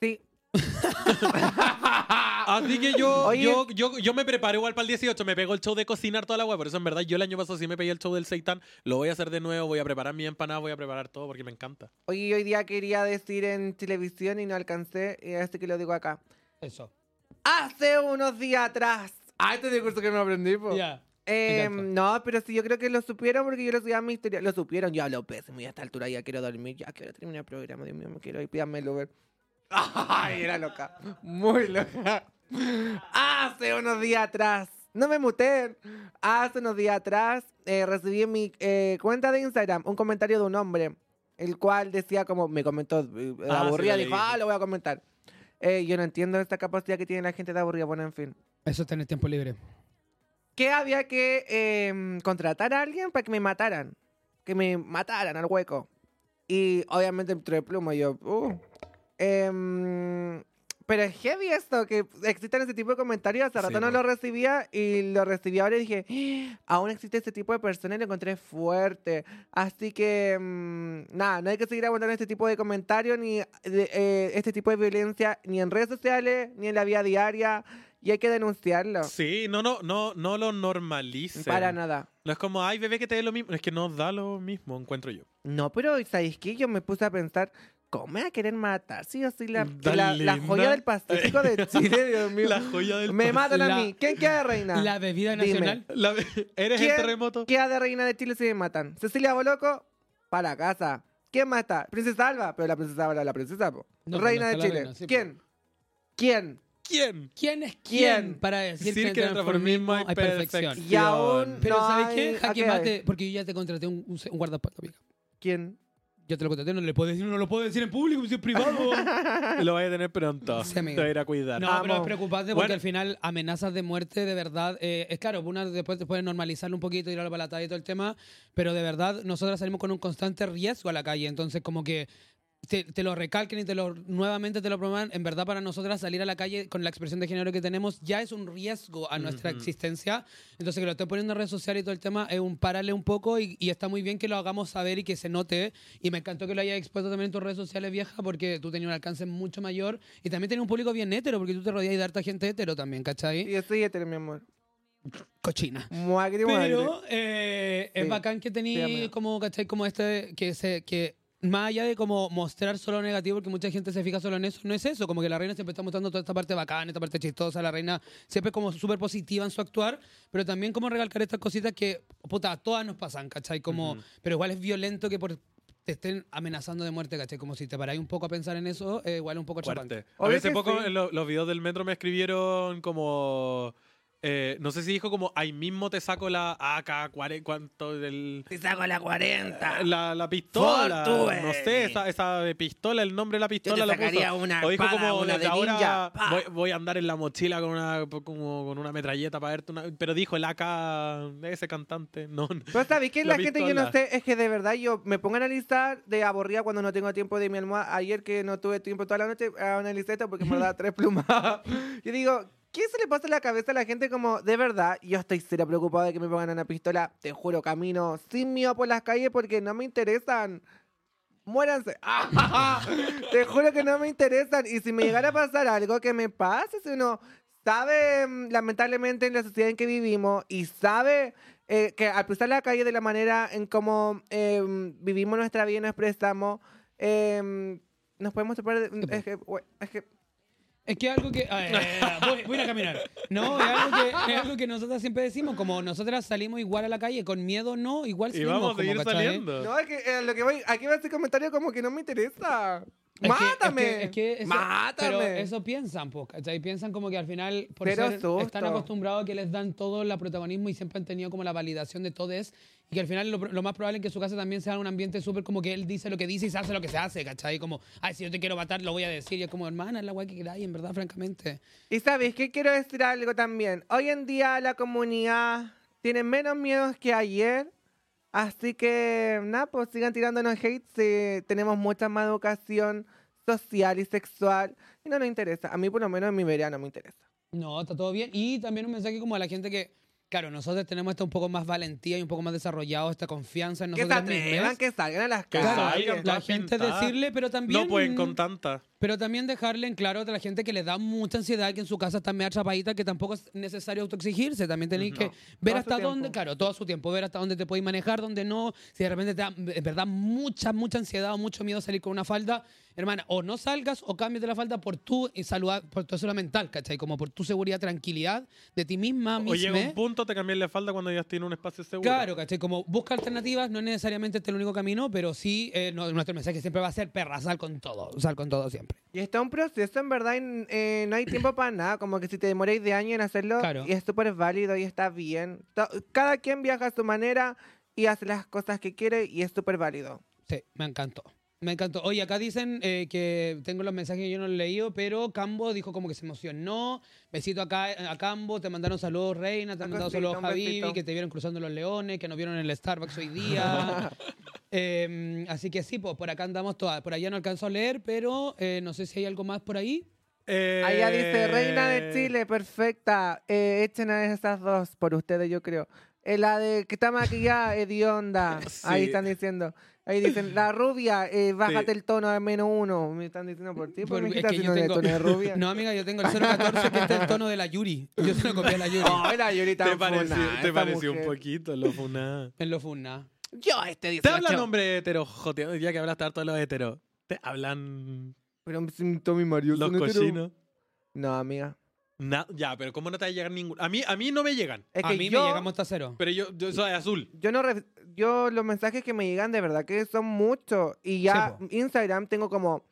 Sí.
Así que yo,
Oye.
yo, yo, yo me preparé igual para el 18, me pegó el show de cocinar toda la weá, por eso en verdad yo el año pasado sí me pegué el show del seitán, lo voy a hacer de nuevo, voy a preparar mi empanada, voy a preparar todo porque me encanta.
Oye, yo hoy día quería decir en televisión y no alcancé, y así que lo digo acá.
Eso.
Hace unos días atrás. Ah, este discurso que me aprendí, po.
Ya.
Eh,
encanta.
no, pero sí, yo creo que lo supieron porque yo lo subía a mi historia. Lo supieron, yo hablo pésimo y a esta altura ya quiero dormir, ya quiero terminar el programa, Dios mío, me quiero ir, pídame el Uber. <laughs> Ay, era loca, muy loca. Hace unos días atrás, no me muté, hace unos días atrás eh, recibí en mi eh, cuenta de Instagram un comentario de un hombre, el cual decía como, me comentó, eh,
Ah,
aburrida,
sí, lo
dijo,
leí.
ah, lo voy a comentar. Eh, yo no entiendo esta capacidad que tiene la gente de aburrida, bueno, en fin.
Eso es tener tiempo libre.
que había que em, contratar a alguien para que me mataran. Que me mataran al hueco. Y obviamente entre pluma yo. uh. Em, pero es heavy esto, que existen ese tipo de comentarios. Hace
Sí,
rato no
po.
lo recibía y lo recibí ahora y dije, "Ah, aún existe este tipo de personas y lo encontré fuerte. Así que, mm, nada, no hay que seguir aguantando este tipo de comentarios, ni de- eh, este tipo de violencia, ni en redes sociales, ni en la vida diaria. Y hay que denunciarlo.
Sí, no, no, no, no lo normalice.
Para nada.
No es como, ay bebé que te dé lo mismo, es que no da lo mismo, encuentro yo.
No, pero ¿sabéis qué? Yo me puse a pensar, come a querer matar. Sí, así la,
Mm,
Tan
la, la
linda.
joya del Pacífico
<laughs>
de Chile, Dios mío.
La joya del
Me
pas-
matan
pues La-
a mí. ¿Quién queda de reina?
La bebida
Dime.
nacional.
La- ¿Eres
¿Quién
el terremoto?
queda de reina de Chile si me matan? Cecilia Boloco, para casa. ¿Quién más está? Princesa Alba, pero la princesa Alba, la princesa. po.
No, pero
reina
no
de
está la
Chile.
reina, sí, po.
¿Quién? ¿quién?
¿Quién?
¿Quién es quién?
¿Quién?
Para decir que,
Cirque
en
del
transformismo
transformismo
hay
hay
perfección.
perfección.
Y aún.
Pero
no
¿sabes
hay-
qué?
¿a
Jaque
qué?
mate, porque yo ya te contraté un, un, un guardaespaldas, amiga.
¿Quién?
Yo te lo contraté, no le puedo decir, no lo puedo decir en público, si es privado.
Lo vas a tener pronto.
Sí, amigo.
Te voy a ir a cuidar.
No,
Amo.
pero es preocupante porque
Bueno.
al final amenazas de muerte, de verdad, eh, es claro, una después te puede normalizarlo un poquito, ir a la palatada y todo el tema, pero de verdad nosotros salimos con un constante riesgo a la calle, entonces como que te, te lo recalquen y te lo nuevamente te lo promuevan, en verdad para nosotras salir a la calle con la expresión de género que tenemos ya es un riesgo a nuestra
Ujú.
existencia, entonces que lo estén poniendo en redes sociales y todo el tema es un pararle un poco y, y está muy bien que lo hagamos saber y que se note y me encantó que lo hayas expuesto también en tus redes sociales vieja porque tú tenías un alcance mucho mayor y también tenías un público bien hétero porque tú te rodeas de harta gente hétero también, ¿cachai?
Yo soy hétero, mi amor.
Cochina.
Muagri, muagri.
Eh. Pero eh, es
Sí,
bacán que
sí,
tení
amigo.
como, ¿cachai? Como este, que se, que más allá de como mostrar solo negativo, porque mucha gente se fija solo en eso, no es eso, como que la reina siempre está mostrando toda esta parte bacana, esta parte chistosa, la reina siempre es como súper positiva en su actuar, pero también como recalcar estas cositas que, puta, a todas nos pasan, ¿cachai? Como,
Ujú.
pero igual es violento que por te estén amenazando de muerte, ¿cachai? Como si te paráis un poco a pensar en eso, eh, igual es un poco chocante.
Fuerte. A
Obvio
veces
que
poco
sí.
en lo- los videos del metro me escribieron como. eh, no sé si dijo como ahí mismo te saco la AK, cuare- cuánto del.
Te saco la 40.
La, la pistola,
Fortune.
no sé, esa, esa de pistola, el nombre de la pistola
te
la puso.
sacaría una
o dijo
espada,
como
una
desde
de ninja,
ahora
pa".
voy, voy a andar en la mochila con una, como con una metralleta para verte una. Pero dijo el AK, ese cantante, no. no.
Pero sabes que
La
la gente yo no
pistola.
sé, es que de verdad yo me pongo a analizar de aburrida cuando no tengo tiempo de mi almohada. Ayer que no tuve tiempo toda la noche, eh, analicé esto porque me
<laughs>
daba tres plumas. Yo digo, ¿qué se le pasa a la cabeza a la gente como, de verdad, yo estoy cero preocupado de que me pongan una pistola? Te juro, camino sin miedo por las calles porque no me interesan. Muéranse. <laughs> Te juro que no me interesan. Y si me llegara a pasar algo, que me pase. Si uno sabe, mm, lamentablemente, en la sociedad en que vivimos y sabe eh, que al cruzar la calle de la manera en cómo eh, vivimos nuestra vida y nos expresamos, eh, nos podemos topar. de- Es que, we- es que-
Es que algo que.
<laughs>
ah, eh, voy, voy a ir a caminar. No, es algo, que, es algo que nosotras siempre decimos, como nosotras salimos igual a la calle, con miedo no, igual
Y
salimos.
vamos a
como,
seguir
¿cachai?
saliendo.
no, es que eh, lo que voy. Aquí va este comentario como que no me interesa.
Es que-
¡Mátame!
es que- es que eso-
¡Mátame!
Pero eso piensan, po, ¿cachai? Piensan como que al final, por
Pero
ser,
susto.
están acostumbrados a que les dan todo el protagonismo y siempre han tenido como la validación de todo es. Y que al final lo, pro- lo más probable es que su casa también sea un ambiente súper como que él dice lo que dice y se hace lo que se hace, ¿cachai? Como, ay, si yo te quiero matar, lo voy a decir. Y es como, hermana, es la guay que queráis, en verdad, francamente.
Y sabes que quiero decir algo también. Hoy en día la comunidad tiene menos miedos que ayer. Así que, nada, pues sigan tirándonos hate. si tenemos mucha más educación social y sexual. Y no nos interesa. A mí, por lo menos, en mi verano me interesa.
No, está todo bien. Y también un mensaje como a la gente que, claro, nosotros tenemos esta un poco más valentía y un poco más desarrollado, esta confianza en
Que se
nosotros
atrevan, que salgan a las
Que
calles.
salgan,
la
todas
gente
pintadas.
decirle, pero también...
No pueden con tanta.
Pero también dejarle en claro a la gente que le da mucha ansiedad, que en su casa está media atrapadita, que tampoco es necesario autoexigirse. También tenéis que ver
Todo
hasta
su tiempo.
dónde, claro, todo su tiempo, ver hasta dónde te podéis manejar, dónde no. Si de repente te da, en verdad, mucha, mucha ansiedad o mucho miedo a salir con una falda, hermana, o no salgas o cámbiate la falda por tu salud, por tu salud mental, ¿cachai? Como por tu seguridad, tranquilidad de ti misma,
O llega
¿eh?
misma.
un punto, te cambias la falda cuando ya tienes un espacio seguro.
Claro, ¿cachai? Como busca alternativas, no es necesariamente este el único camino, pero sí, eh, no- nuestro mensaje siempre va a ser perra, sal con todo, sal con todo siempre.
Y está un proceso, en verdad, y, eh, no hay tiempo para nada. Como que si te demoráis de año en hacerlo,
Claro.
y es súper válido y está bien. To- Cada quien viaja a su manera y hace las cosas que quiere y es súper válido.
Sí, me encantó. Me encantó. Oye, acá dicen eh, que tengo los mensajes que yo no he leído, pero Cambo dijo como que se emocionó. Besito acá a Cambo, te mandaron saludos Reina, te han
Un
mandado
besito,
saludos
un besito.
Javi, que te vieron cruzando los leones, que nos vieron en el Starbucks
<laughs>
hoy día. Eh, así que sí, pues por acá andamos todas. Por allá no alcanzo a leer, pero eh, no sé si hay algo más por ahí.
Eh,
Allá dice, reina de Chile, perfecta. Eh, echen a esas dos, por ustedes yo creo. Eh, la de que está maquillada, hedionda. Ahí
Sí.
están diciendo. Ahí dicen, la rubia, eh, bájate el tono a menos uno. Me están diciendo por ti, por
Porque
mi
es
hijita,
que
pues, si
yo
no le
tengo-
tono de rubia.
<laughs> No, amiga, yo tengo el 014 que está el tono de la Yuri. Yo se lo copié a la Yuri.
<laughs> Ay, la Yuri tan
Te pareció,
funada,
te
esa
pareció un
mujer.
poquito, lo funá.
En lo funa.
Yo este
Te hablan
18.
hombre hetero, joteando, ya que hablaste harto de los heteros. te hablan
Pero siento mi marido
los cochinos.
No, amiga.
Na- ya, pero ¿cómo no te va a llegar ningún? A mí, a mí no me llegan.
Es que
a mí
yo,
me llegamos hasta cero.
Pero yo, yo soy azul.
yo no re- yo los mensajes que me llegan de verdad que son muchos y ya
Sí,
Instagram tengo como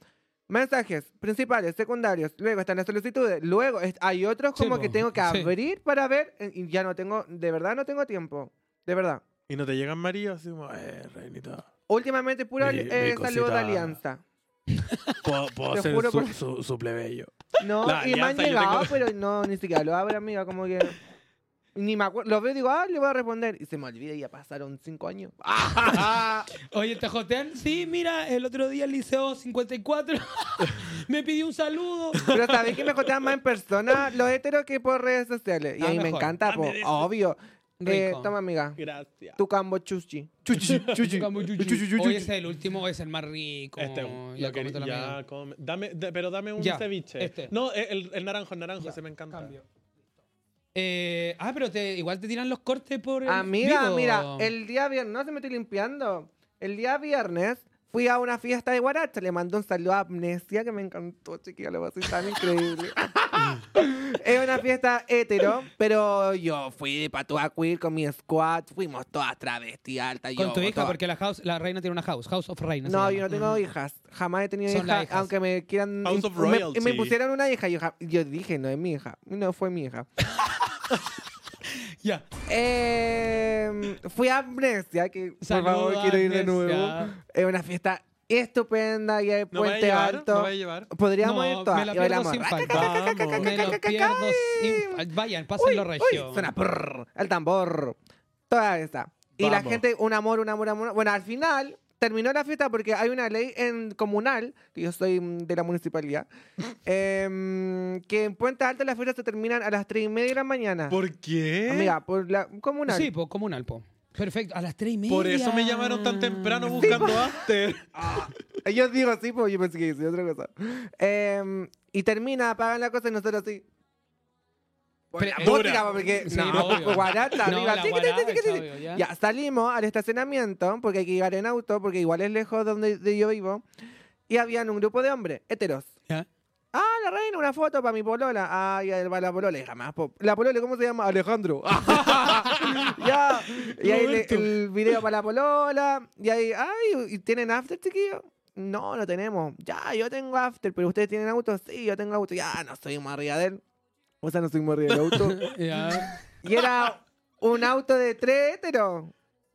mensajes principales, secundarios, luego están las solicitudes, luego es- hay otros
Sí,
como que
po,
tengo que
sí.
abrir para ver eh, y ya no tengo, de verdad no tengo tiempo, de verdad.
Y no te llegan María, así como, eh, reinita.
Últimamente puro
Mi- mi
eh, saludo de
cosita.
alianza. <laughs>
Puedo, puedo
Te
ser
juro
su,
por-
su- su plebeyo.
No,
La
y me han
alianza yo
llegado,
tengo- <laughs>
pero no, ni siquiera lo abro, amiga, como que... Ni me acuerdo, los veo y digo, ah, le voy a responder. Y se me olvida y ya pasaron cinco años.
Oye, ¿te jotean? Sí, mira, el otro día el liceo 54 <laughs> me pidió un saludo.
Pero sabéis que me jotean más en persona los heteros que por redes sociales. Y
Ah,
a mí me
mejor.
encanta,
Ah,
po,
me dices.
obvio. Eh,
Rico.
toma, amiga.
Gracias.
Tu cambo chuchi. Chuchi, chuchi.
Como yuyu.
Chuchi, chuchi,
Hoy
chuchi.
es el último, es el más rico.
Este,
ya,
lo que-
cómetelo,
ya,
amiga.
come- dame, de- pero dame un
Ya,
ceviche.
este.
No, el- el, el naranjo, el naranjo,
Ya,
se me encanta.
Cambio. Eh, ah, pero te, igual te tiran los cortes por. el
Amiga,
vivo.
Ah, mira, el día viernes, no se me estoy limpiando. El día viernes fui a una fiesta de Guaracha, le mandé un saludo a Amnesia que me encantó, chiquilla, lo pasé tan increíble. <laughs> es una fiesta hetero, pero yo fui de patúa queer con mi squad, fuimos todas travestis altas.
Con
yo,
tu hija,
todas-
porque la house, la reina tiene una house, House of Reina. se
No,
llama.
yo no tengo hijas. Jamás he tenido
Son las
hijas,
hijas.
aunque me quieran.
House of
y me- y me
Royalty.
pusieron una hija. Yo, ja- yo dije, no es mi hija. No fue mi
<laughs>
hija.
Ya.
Eh, fui a Amnesia, que
Saluda,
por favor quiero ir de nuevo.
Amnesia.
Es una fiesta estupenda y hay
¿No voy a
puente
llevar?
alto.
¿No voy a llevar?
Podríamos
No,
ir todas.
me la
y
pierdo
bailamos.
sin
Raca,
falta.
caca, caca,
Vamos.
caca,
Me lo
caca, caca,
pierdo.
ay.
sin- Vayan,
Uy,
pásenlo
uy,
regio.
Suena prrr, el tambor. Toda esa. Y la
Vamos.
gente, un amor, un amor, amor. Bueno, al final terminó la fiesta porque hay una ley en comunal, que yo soy mm, de la
<laughs>
municipalidad, em, que en Puente Alto las fiestas se terminan a las 3 y media de la mañana.
¿Por qué?
Amiga, por la comunal.
Sí, po, como un alpo. Perfecto, a las tres y media.
Por eso me llamaron tan temprano buscando after.
Ellos digo sí, pues <laughs> yo pensé que decía otra cosa. Em, y termina, apagan la cosa y nosotros así. Por la
Pero-
música, porque.
Sí,
no,
obvio.
pues, guaracha,
No,
arriba, tiqui,
la
tiqui,
guaracha,
tiqui, tiqui.
obvio, ya.
Ya, salimos al estacionamiento, porque hay que llegar en auto, porque igual es lejos donde de yo vivo. Y habían un grupo de hombres, heteros.
Ya.
Ah, la reina, una foto para mi polola. Ah, ya va la polola, jamás. po- La polola, ¿cómo se llama? Alejandro. <laughs> ya. Y ahí le-
Roberto.
el video para la polola. Y ahí, ay, ¿y ¿tienen after, chiquillo? No, no tenemos. Ya, yo tengo after, pero ustedes tienen auto. Sí, yo tengo auto. Ya, nos subimos arriba de él. O sea, nos subimos arriba del auto.
Ya.
Y era un auto de tres héteros.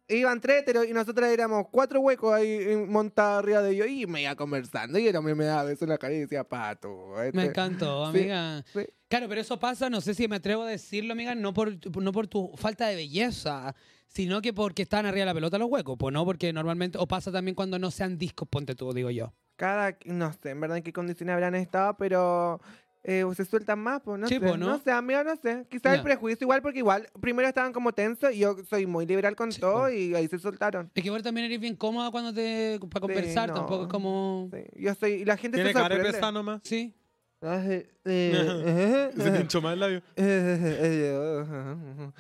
Iban tres héteros y nosotros éramos cuatro huecos ahí eh, montados arriba de ellos y me iba conversando. Y el hombre me daba besos en la cara y decía, pato. este".
Me encantó,
Sí,
amiga.
sí.
Claro, pero eso pasa, no sé si me atrevo a decirlo, amiga, no por, no por tu falta de belleza, sino que porque están arriba de la pelota los huecos, pues no, porque normalmente, o pasa también cuando no sean discos, ponte tú, digo yo.
Cada, no sé, en verdad en qué condiciones habrán estado, pero eh, se sueltan más, pues no
Sí,
sé.
pues, ¿no?
¿no? sé, amigo, no sé. Quizás
Ya.
el prejuicio igual, porque igual primero estaban como tensos y yo soy muy liberal con
Sí,
todo
pues.
y ahí se soltaron.
Es que igual también eres bien cómoda cuando te, para conversar,
no.
tampoco es como...
Sí, Yo soy, y la gente se
Tiene cara de
sorprende.
<laughs>
pesado nomás.
Sí.
<laughs>
Ay, eh,
Se te hinchó más el labio.
<laughs>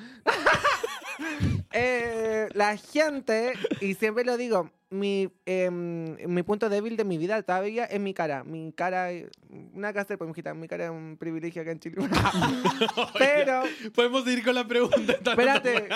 Eh, la gente, y siempre lo digo, mi, em, mi punto débil de mi vida todavía es mi cara. Mi cara, eh, nada que hacer, pues, mijita, mi cara es un privilegio acá en
<laughs>
Chile. <laughs> Pero,
Podemos ir con la pregunta.
espérate.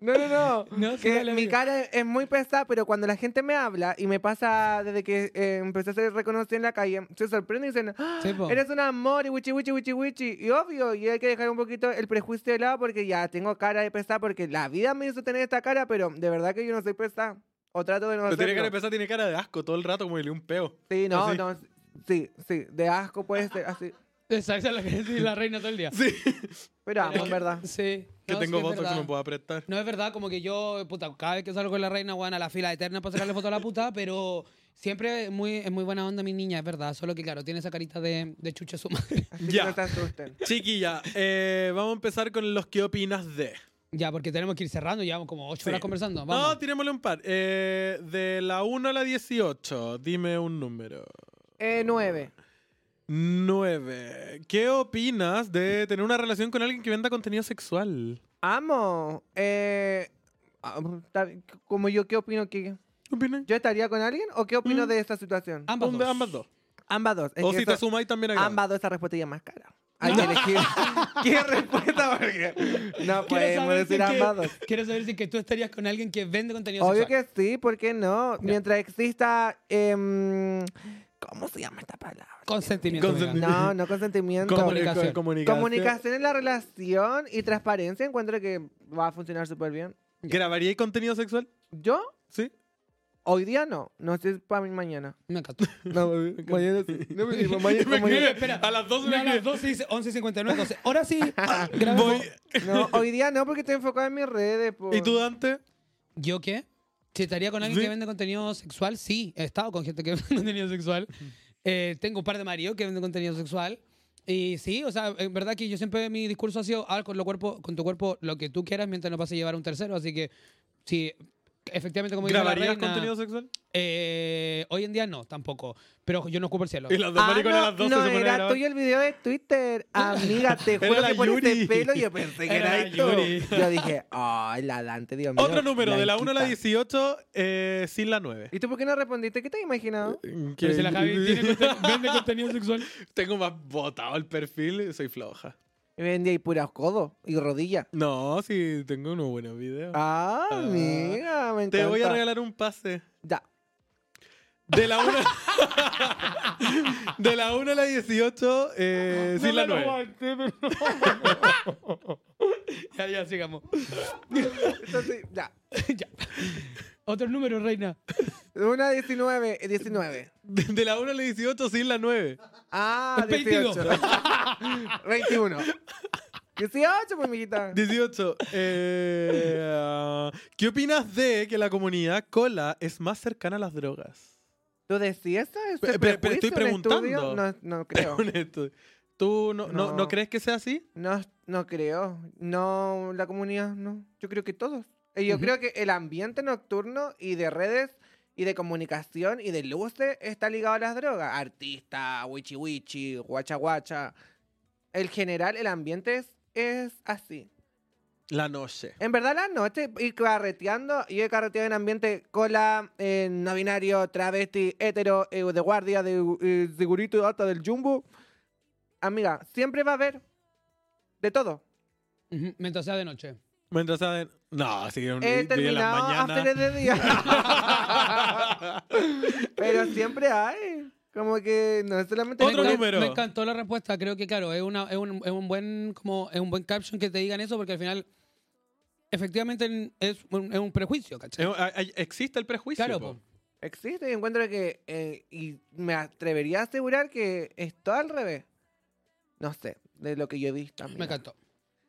No, no, no.
No, sí,
Que
dale,
mi
amigo.
cara es muy pesada, pero cuando la gente me habla y me pasa desde que eh, empecé a ser reconocida en la calle, se sorprende y dicen, "Ah,
Sí, po.
eres un amor y wichi wichi wichi wichi. Y obvio, y hay que dejar un poquito el prejuicio de lado porque ya tengo cara de pesada porque la vida me hizo tener esta cara, pero de verdad que yo no soy pesada. O trato de no
Pero tiene cara de
hacerlo.
pesado, tiene cara de asco todo el rato, como que le dio un peo.
Sí, no,
Así.
no. Sí, sí, de asco puede ser, así.
Exacto, es lo que decís, la reina todo el día.
Sí.
Pero amo, en verdad.
Sí.
Que
No,
tengo
sí, es
voz que
verdad.
me puedo apretar.
No es verdad, como que yo, puta, cada vez que salgo con la reina, weón, a la fila eterna para sacarle foto a la
<laughs>
puta, pero siempre es muy, es muy buena onda mi niña, es verdad. Solo que, claro, tiene esa carita de, de chucha su madre. <laughs>
Así
Ya.
que no se asusten.
Chiquilla, eh, vamos a empezar con los que opinas de.
ya, porque tenemos que ir cerrando, llevamos como ocho
Sí.
horas conversando.
No,
Vamos.
tirémosle un par. Eh, de la 1 a la 18, dime un número.
Eh, nueve.
9. ¿Qué opinas de tener una relación con alguien que venda contenido sexual?
Amo. Eh, ah, está bien, como yo, ¿qué opino que
¿Qué opinas?
¿Yo estaría con alguien o qué opino de esta situación?
Ambas
Un-
dos.
Ambas Mm. dos.
Ambas dos. Es
O
que
si te
eso-
sumáis también agrada.
Ambas dos, esa respuesta ya es más
<laughs>
cara. Hay que elegir. ¿Qué respuesta? Porque no
Quiero
podemos
saber
decir
si que-
ambas dos.
Quiero saber si que tú estarías con alguien que vende contenido
Obvio
sexual.
que sí, ¿por qué no? Mientras exista. em, ¿Cómo se llama esta palabra?
Consentimiento.
Consentimiento.
legal.
No, no consentimiento.
Comunica- Comunicación.
comunicación.
Comunicación en la relación y transparencia encuentro que va a funcionar súper bien.
¿Grabaríais contenido sexual?
Yo,
Sí.
hoy día no. No sé para mí mañana.
Me
<laughs>
encantó.
<laughs> No, mañana sí. No, me digo,
<laughs>
mañana,
Me
mañana-
escribe,
espera.
a las 12
No,
me
a las
escribe.
12 dice 11.59. entonces, ahora
<laughs>
sí. ah, grabemos.
Voy.
no, hoy día no porque estoy enfocado en mis redes. po.
¿Y tú, Dante?
¿Yo qué? Si estaría con alguien
Sí.
que vende contenido sexual, sí. He estado con gente que <laughs> vende contenido sexual. Eh, tengo un par de maridos que venden contenido sexual. Y sí, o sea, en verdad que yo siempre mi discurso ha sido, haz con, lo cuerpo, con tu cuerpo lo que tú quieras mientras no pases a llevar a un tercero. Así que, sí, efectivamente, como dice la
¿Grabarías
reina,
contenido sexual?
eh, hoy en día no, tampoco. Pero yo no ocupo el cielo.
Y las dos
Ah,
maricones a las 12
no,
se ponen a
era
grabar.
tuyo el video de
<laughs>
Twitter. Amiga, te
Era
juro
la
que por
Yuri.
este pelo yo pensé que
Era
era,
la
esto.
Yuri.
Yo dije, ay, la Dante, Dios mío.
Otro número, de la 1 a la
blanquita".
18, eh, sin la 9.
¿Y tú por qué no respondiste? ¿Qué te has imaginado?
Pero si la Javi tiene conten- vende contenido sexual.
<laughs> Tengo más botado el perfil, soy floja.
Vendía y puras codos y rodillas.
No, sí, tengo unos buenos videos.
Ah,
Ah.
amiga, me encanta.
Te voy a regalar un pase.
Ya.
De la 1 <laughs> De la 1 a la 18, eh, sin la 9.
<laughs>
Ya, ya, sigamos.
Entonces, ya.
ya. Otro número, reina.
Una 19, eh, 19.
De, de la 1 a la 18, sin la 9. <laughs>
Ah,
22.
18. 21. 18, pues, mijita.
18. eh, ah, ¿Qué opinas de que la comunidad cola es más cercana a las drogas?
¿Tú decías eso? ¿Ese
Pe- pe- pero estoy
prejuicio, un estudio?
preguntando.
No, no
<laughs>
creo.
Un estudio. ¿Tú no,
No.
no. no crees que sea así?
No, no creo. No, la comunidad, no. Yo creo que todos. Eh, Yo
Ujú.
creo que el ambiente nocturno y de redes y de comunicación y de luces está ligado a las drogas. Artista, wichi wichi, guacha guacha. El general, el ambiente es, es así.
La noche.
En verdad, la noche ir carreteando. Yo he carreteado en ambiente cola, eh, no binario, travesti, hetero, eh, de guardia, de eh, segurito, hasta del jumbo. Amiga, siempre va a haber de todo.
Ujú, Mientras sea de noche.
Mientras saben. No, sí, un
He
día en
terminado
la
after
mañana.
de día. Pero siempre hay. Como que no es solamente.
Otro
me, encan-
Venga,
número.
Me encantó la respuesta. Creo que, claro, es, una, es, un, es un buen, como, es un buen caption que te digan eso porque al final, efectivamente, es un, es un prejuicio, ¿cachai?
Eh, hay- hay- Existe el prejuicio.
Claro,
po.
po.
Existe y encuentro que. eh, y me atrevería a asegurar que es todo al revés. No sé, de lo que yo he visto.
me
amiga.
encantó.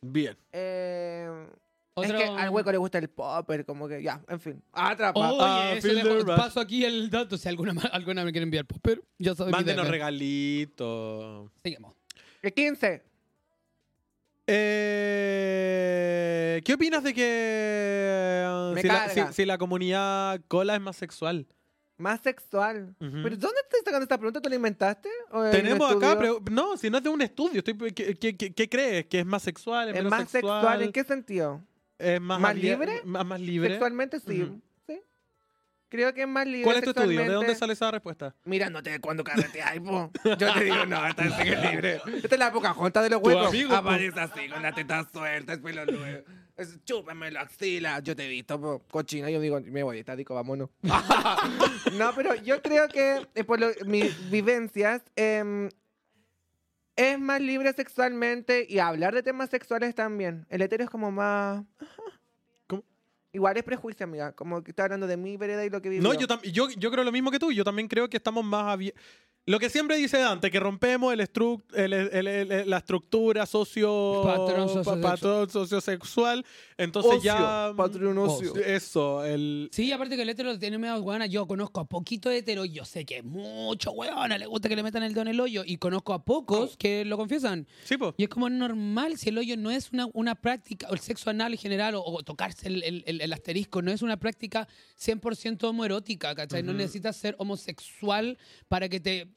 Bien.
Eh,
Otro-
Es que al hueco le gusta el popper, como que ya, en fin. Atrapa.
Oye,
Ah,
eso
Field
dejo-
the Rush.
paso aquí el dato. Si alguna, alguna me quiere enviar, pues, pero ya saben que
Mándenos
debe.
regalitos.
Sigamos.
El 15.
Eh, ¿Qué opinas de que
Me
si la,
carga.
si- si la comunidad cola es más sexual?
Más sexual.
Ujú.
¿Pero dónde estás sacando esta pregunta? ¿Tú la inventaste? ¿O en un
Tenemos acá,
estudio?
pero no, si no es de un estudio, estoy, ¿qué, qué- qué- qué crees? ¿Que es más sexual? ¿Es,
¿Es
menos
más
sexual?
sexual? ¿En qué sentido?
¿Es más,
¿Más
abie-
libre?
Más, más libre.
Sexualmente sí.
Ujú.
sí. Creo que es más libre.
¿Cuál es tu estudio? ¿De
sexualmente.
dónde sale esa respuesta?
Mirándote cuando carreteas,
<laughs>
po. Yo te digo, no, esta sí que es libre. Esta es la poca junta de los
Tu
huecos.
amigo, po.
Aparece así, con la teta suelta, el pelo luego. Es, Chúpame la axila. Yo te he visto, po. Cochina. Yo digo, me voy, está dico,
<laughs>
vámonos. no, pero yo creo que, eh, por lo- mis vivencias, em, es más libre sexualmente y hablar de temas sexuales también. El hetero es como más...
¿Cómo?
Igual es prejuicio, amiga. Como que estoy hablando de mi vereda y lo que vivo.
No, yo, tam- yo, yo creo lo mismo que tú. Yo también creo que estamos más abiertos. Lo que siempre dice Dante, que rompemos el estru- el- el- el- el- la estructura socio
Patrón
pa-
sociosexual.
patrón sociosexual. Entonces ya. mm,
Patrón ocio.
Eso, el.
Sí, aparte que el hetero tiene medio hueona. Yo conozco a poquito de hetero. Yo sé que mucho hueona le gusta que le metan el dedo en el hoyo. Y conozco a
Oh.
pocos que lo confiesan.
Sí, po.
Y es como normal si el hoyo no es una, una práctica, o el sexo anal en general, o, o tocarse el, el- el- el asterisco, no es una práctica 100% homoerótica, ¿cachai? No
Ujú.
necesitas ser homosexual para que te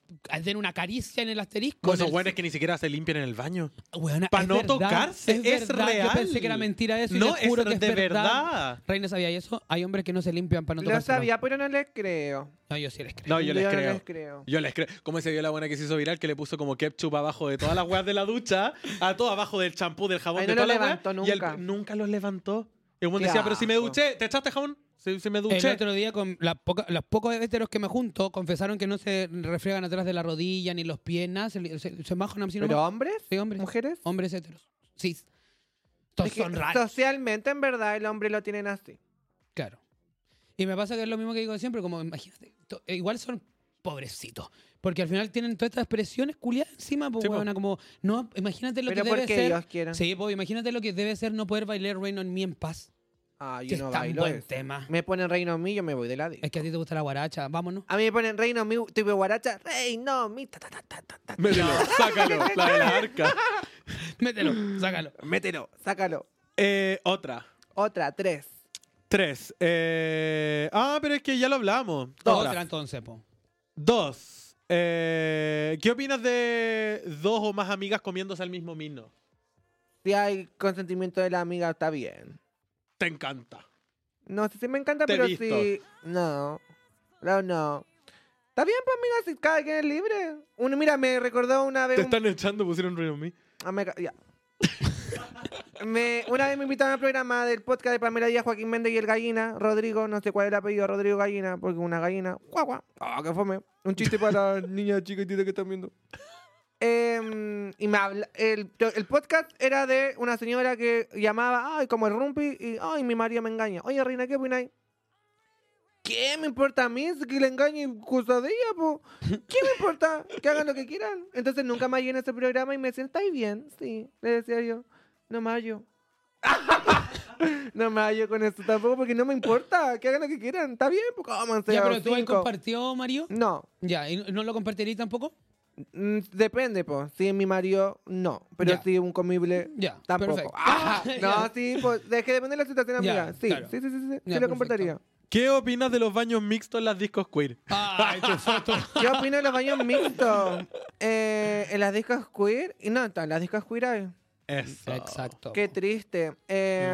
den una caricia en el asterisco.
Con esos
en el-
buenos que ni siquiera se limpian en el baño.
Weona,
Pa'
es
no
verdad,
tocarse, es
verdad, Yo
real.
pensé que era mentira eso. y
no,
les juro que es
de verdad.
Reina, ¿sabía eso? Hay hombres que no se limpian para no
Lo
tocarse.
sabía, pero no le creo.
No, yo sí les creo.
No, yo les
no
creo.
les creo.
Yo les creo. ¿Cómo se vio la buena que se hizo viral? Que le puso como ketchup abajo de todas las weas de la ducha, a todo abajo del champú, del jabón,
Ay, no
de
lo
todas las weas,
levantó
y él
nunca.
nunca los levantó. Y el buen
Qué
decía, pero si me
asco.
duché, ¿te echaste jabón? Si, si me
El
<laughs> duché.
otro día, con la poca- los pocos heteros que me junto, confesaron que no se refriegan atrás de la rodilla, ni los pies, nada. Se, se, se majan así
¿Pero
nomás.
hombres?
Sí, hombres.
¿Mujeres?
Hombres heteros. Sí. Todos
Es que
son raros.
socialmente, en verdad, el hombre lo tienen así.
Claro. Y me pasa que es lo mismo que digo siempre, como imagínate, to- eh, igual son pobrecitos. Porque al final tienen todas estas presiones culiadas encima, pues,
Sí, po.
huevona, como, no, imagínate lo
Pero
que debe
porque
ser.
ellos quieren.
Sí, pues, imagínate lo que debe ser no poder bailar Rain on Me en paz.
Ah,
que
yo no
es tan
bailo
buen
eso.
tema.
Me ponen reino mí, yo me voy de la disco.
Es que a ti te gusta la guaracha,
<laughs>
vámonos.
A mí me ponen reino mí, tipo guaracha, reino mí, ta, ta, ta, ta, ta, ta.
<laughs>
Mételo,
<laughs>
sácalo, la de la arca.
Mételo, sácalo.
Mételo, sácalo.
Eh, otra.
Otra, tres.
Tres. Eh, ah, pero es que ya lo hablamos. Otra.
Otra entonces, po.
Dos. Eh, ¿Qué opinas de dos o más amigas comiéndose al mismo mino?
Si hay consentimiento de la amiga, está bien.
Te encanta.
No sé si me encanta,
Te he
pero
visto.
sí. No. No, no. Está bien, pues, mira, si cada quien es libre. Uno, mira, me recordó una vez.
Te
un-
están echando, pusieron ruido en mí.
Ah, me ca- ya. Me- una vez me invitaron al programa del podcast de Pamela Díaz, Joaquín Méndez y el Gallina, Rodrigo, no sé cuál es el apellido, Rodrigo Gallina, porque una gallina. Guau, guau. Ah, qué fome. Un chiste para las niñas chiquititas que están viendo. Em, y me habla- el, el podcast era de una señora que llamaba, ay, como el rumpi, y ay, mi marido me engaña. Oye, Reina, ¿qué opináis? ¿Qué me importa a mí si que le engañe cosa de ella, po? ¿Qué me importa? Que hagan lo que quieran. Entonces nunca más llegué en ese programa y me decían, ¿estáis bien? Sí. Le decía yo, no me hallo. <laughs> no me hallo con esto tampoco porque no me importa. Que hagan lo que quieran. ¿Está bien? Pues cómanse.
ya,
a
pero
los
tú has
cinco".
compartido, Mario.
No.
Ya, ¿y no lo compartirías tampoco?
Mm, Depende, pues. Si es mi marido, no. Pero
Ya.
si es un comible,
Ya,
tampoco.
perfecto.
Ah,
<laughs> Ya.
no, sí, pues. Es que depende de la situación,
Ya,
amiga. Sí,
claro.
sí, sí, sí, sí, sí,
Ya,
lo
perfecto.
compartiría.
¿Qué opinas de los baños mixtos en las discos queer?
Ay, tu foto.
Yo opino de los
<laughs>
baños mixtos. Eh, en las discos queer. Y no, en las discos queer hay.
Eso.
Exacto.
Qué triste. Eh,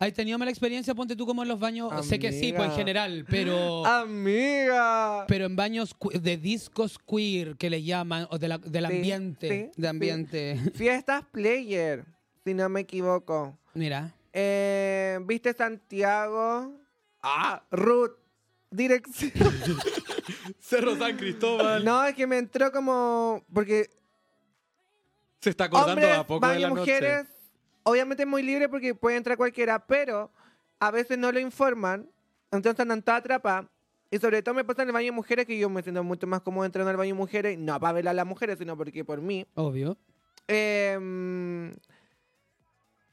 ¿Has tenido mala experiencia? Ponte tú como en los baños. Sé que sí, pues
Amiga.
en
Ah.
general,
<laughs>
pero.
Amiga.
Pero en baños cu- de discos queer que le llaman, o de la- del
Sí,
ambiente.
sí,
de ambiente.
Fiestas Player, si no me equivoco.
<laughs> Mira.
Eh, ¿Viste Santiago? Ah, Ruth. Dirección.
Cerro San Cristóbal.
No, es que me entró como. Porque
Se está acordando
hombres,
a poco de
baño,
la
mujeres.
noche.
Obviamente es muy libre porque puede entrar cualquiera, pero a veces no lo informan. Entonces andan toda atrapada. Y sobre todo me pasa en el baño de mujeres que yo me siento mucho más cómodo entrando al baño de mujeres. No para velar a las mujeres, sino porque por mí.
Obvio.
Em,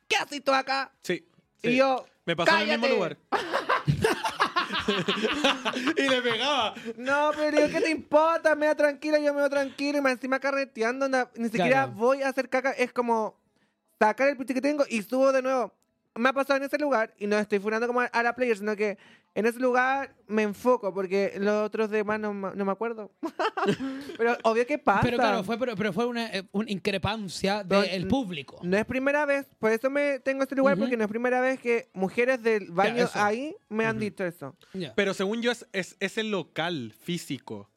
¿Qué haces tú acá?
Sí. sí.
Y yo.
Me pasó en el mismo
"Cállate".
lugar. <laughs> y le pegaba.
No, pero digo, ¿qué te importa? Me da tranquila, yo me veo tranquila y me encima carreteando. onda, ni siquiera
Claro.
voy a hacer caca. Es como sacar el piti que tengo y subo de nuevo. Me ha pasado en ese lugar y no estoy funando como a la player, sino que en ese lugar me enfoco porque los otros demás no, ma- no me acuerdo. <laughs> pero obvio que pasa.
Pero claro, fue, pero, pero fue una, eh, una increpancia
Pero-
del público.
No es primera vez, por eso me tengo este lugar,
Ujú.
porque no es primera vez que mujeres del baño
eso.
ahí me han dicho eso.
Ya.
Pero según yo, es, es, es el local físico.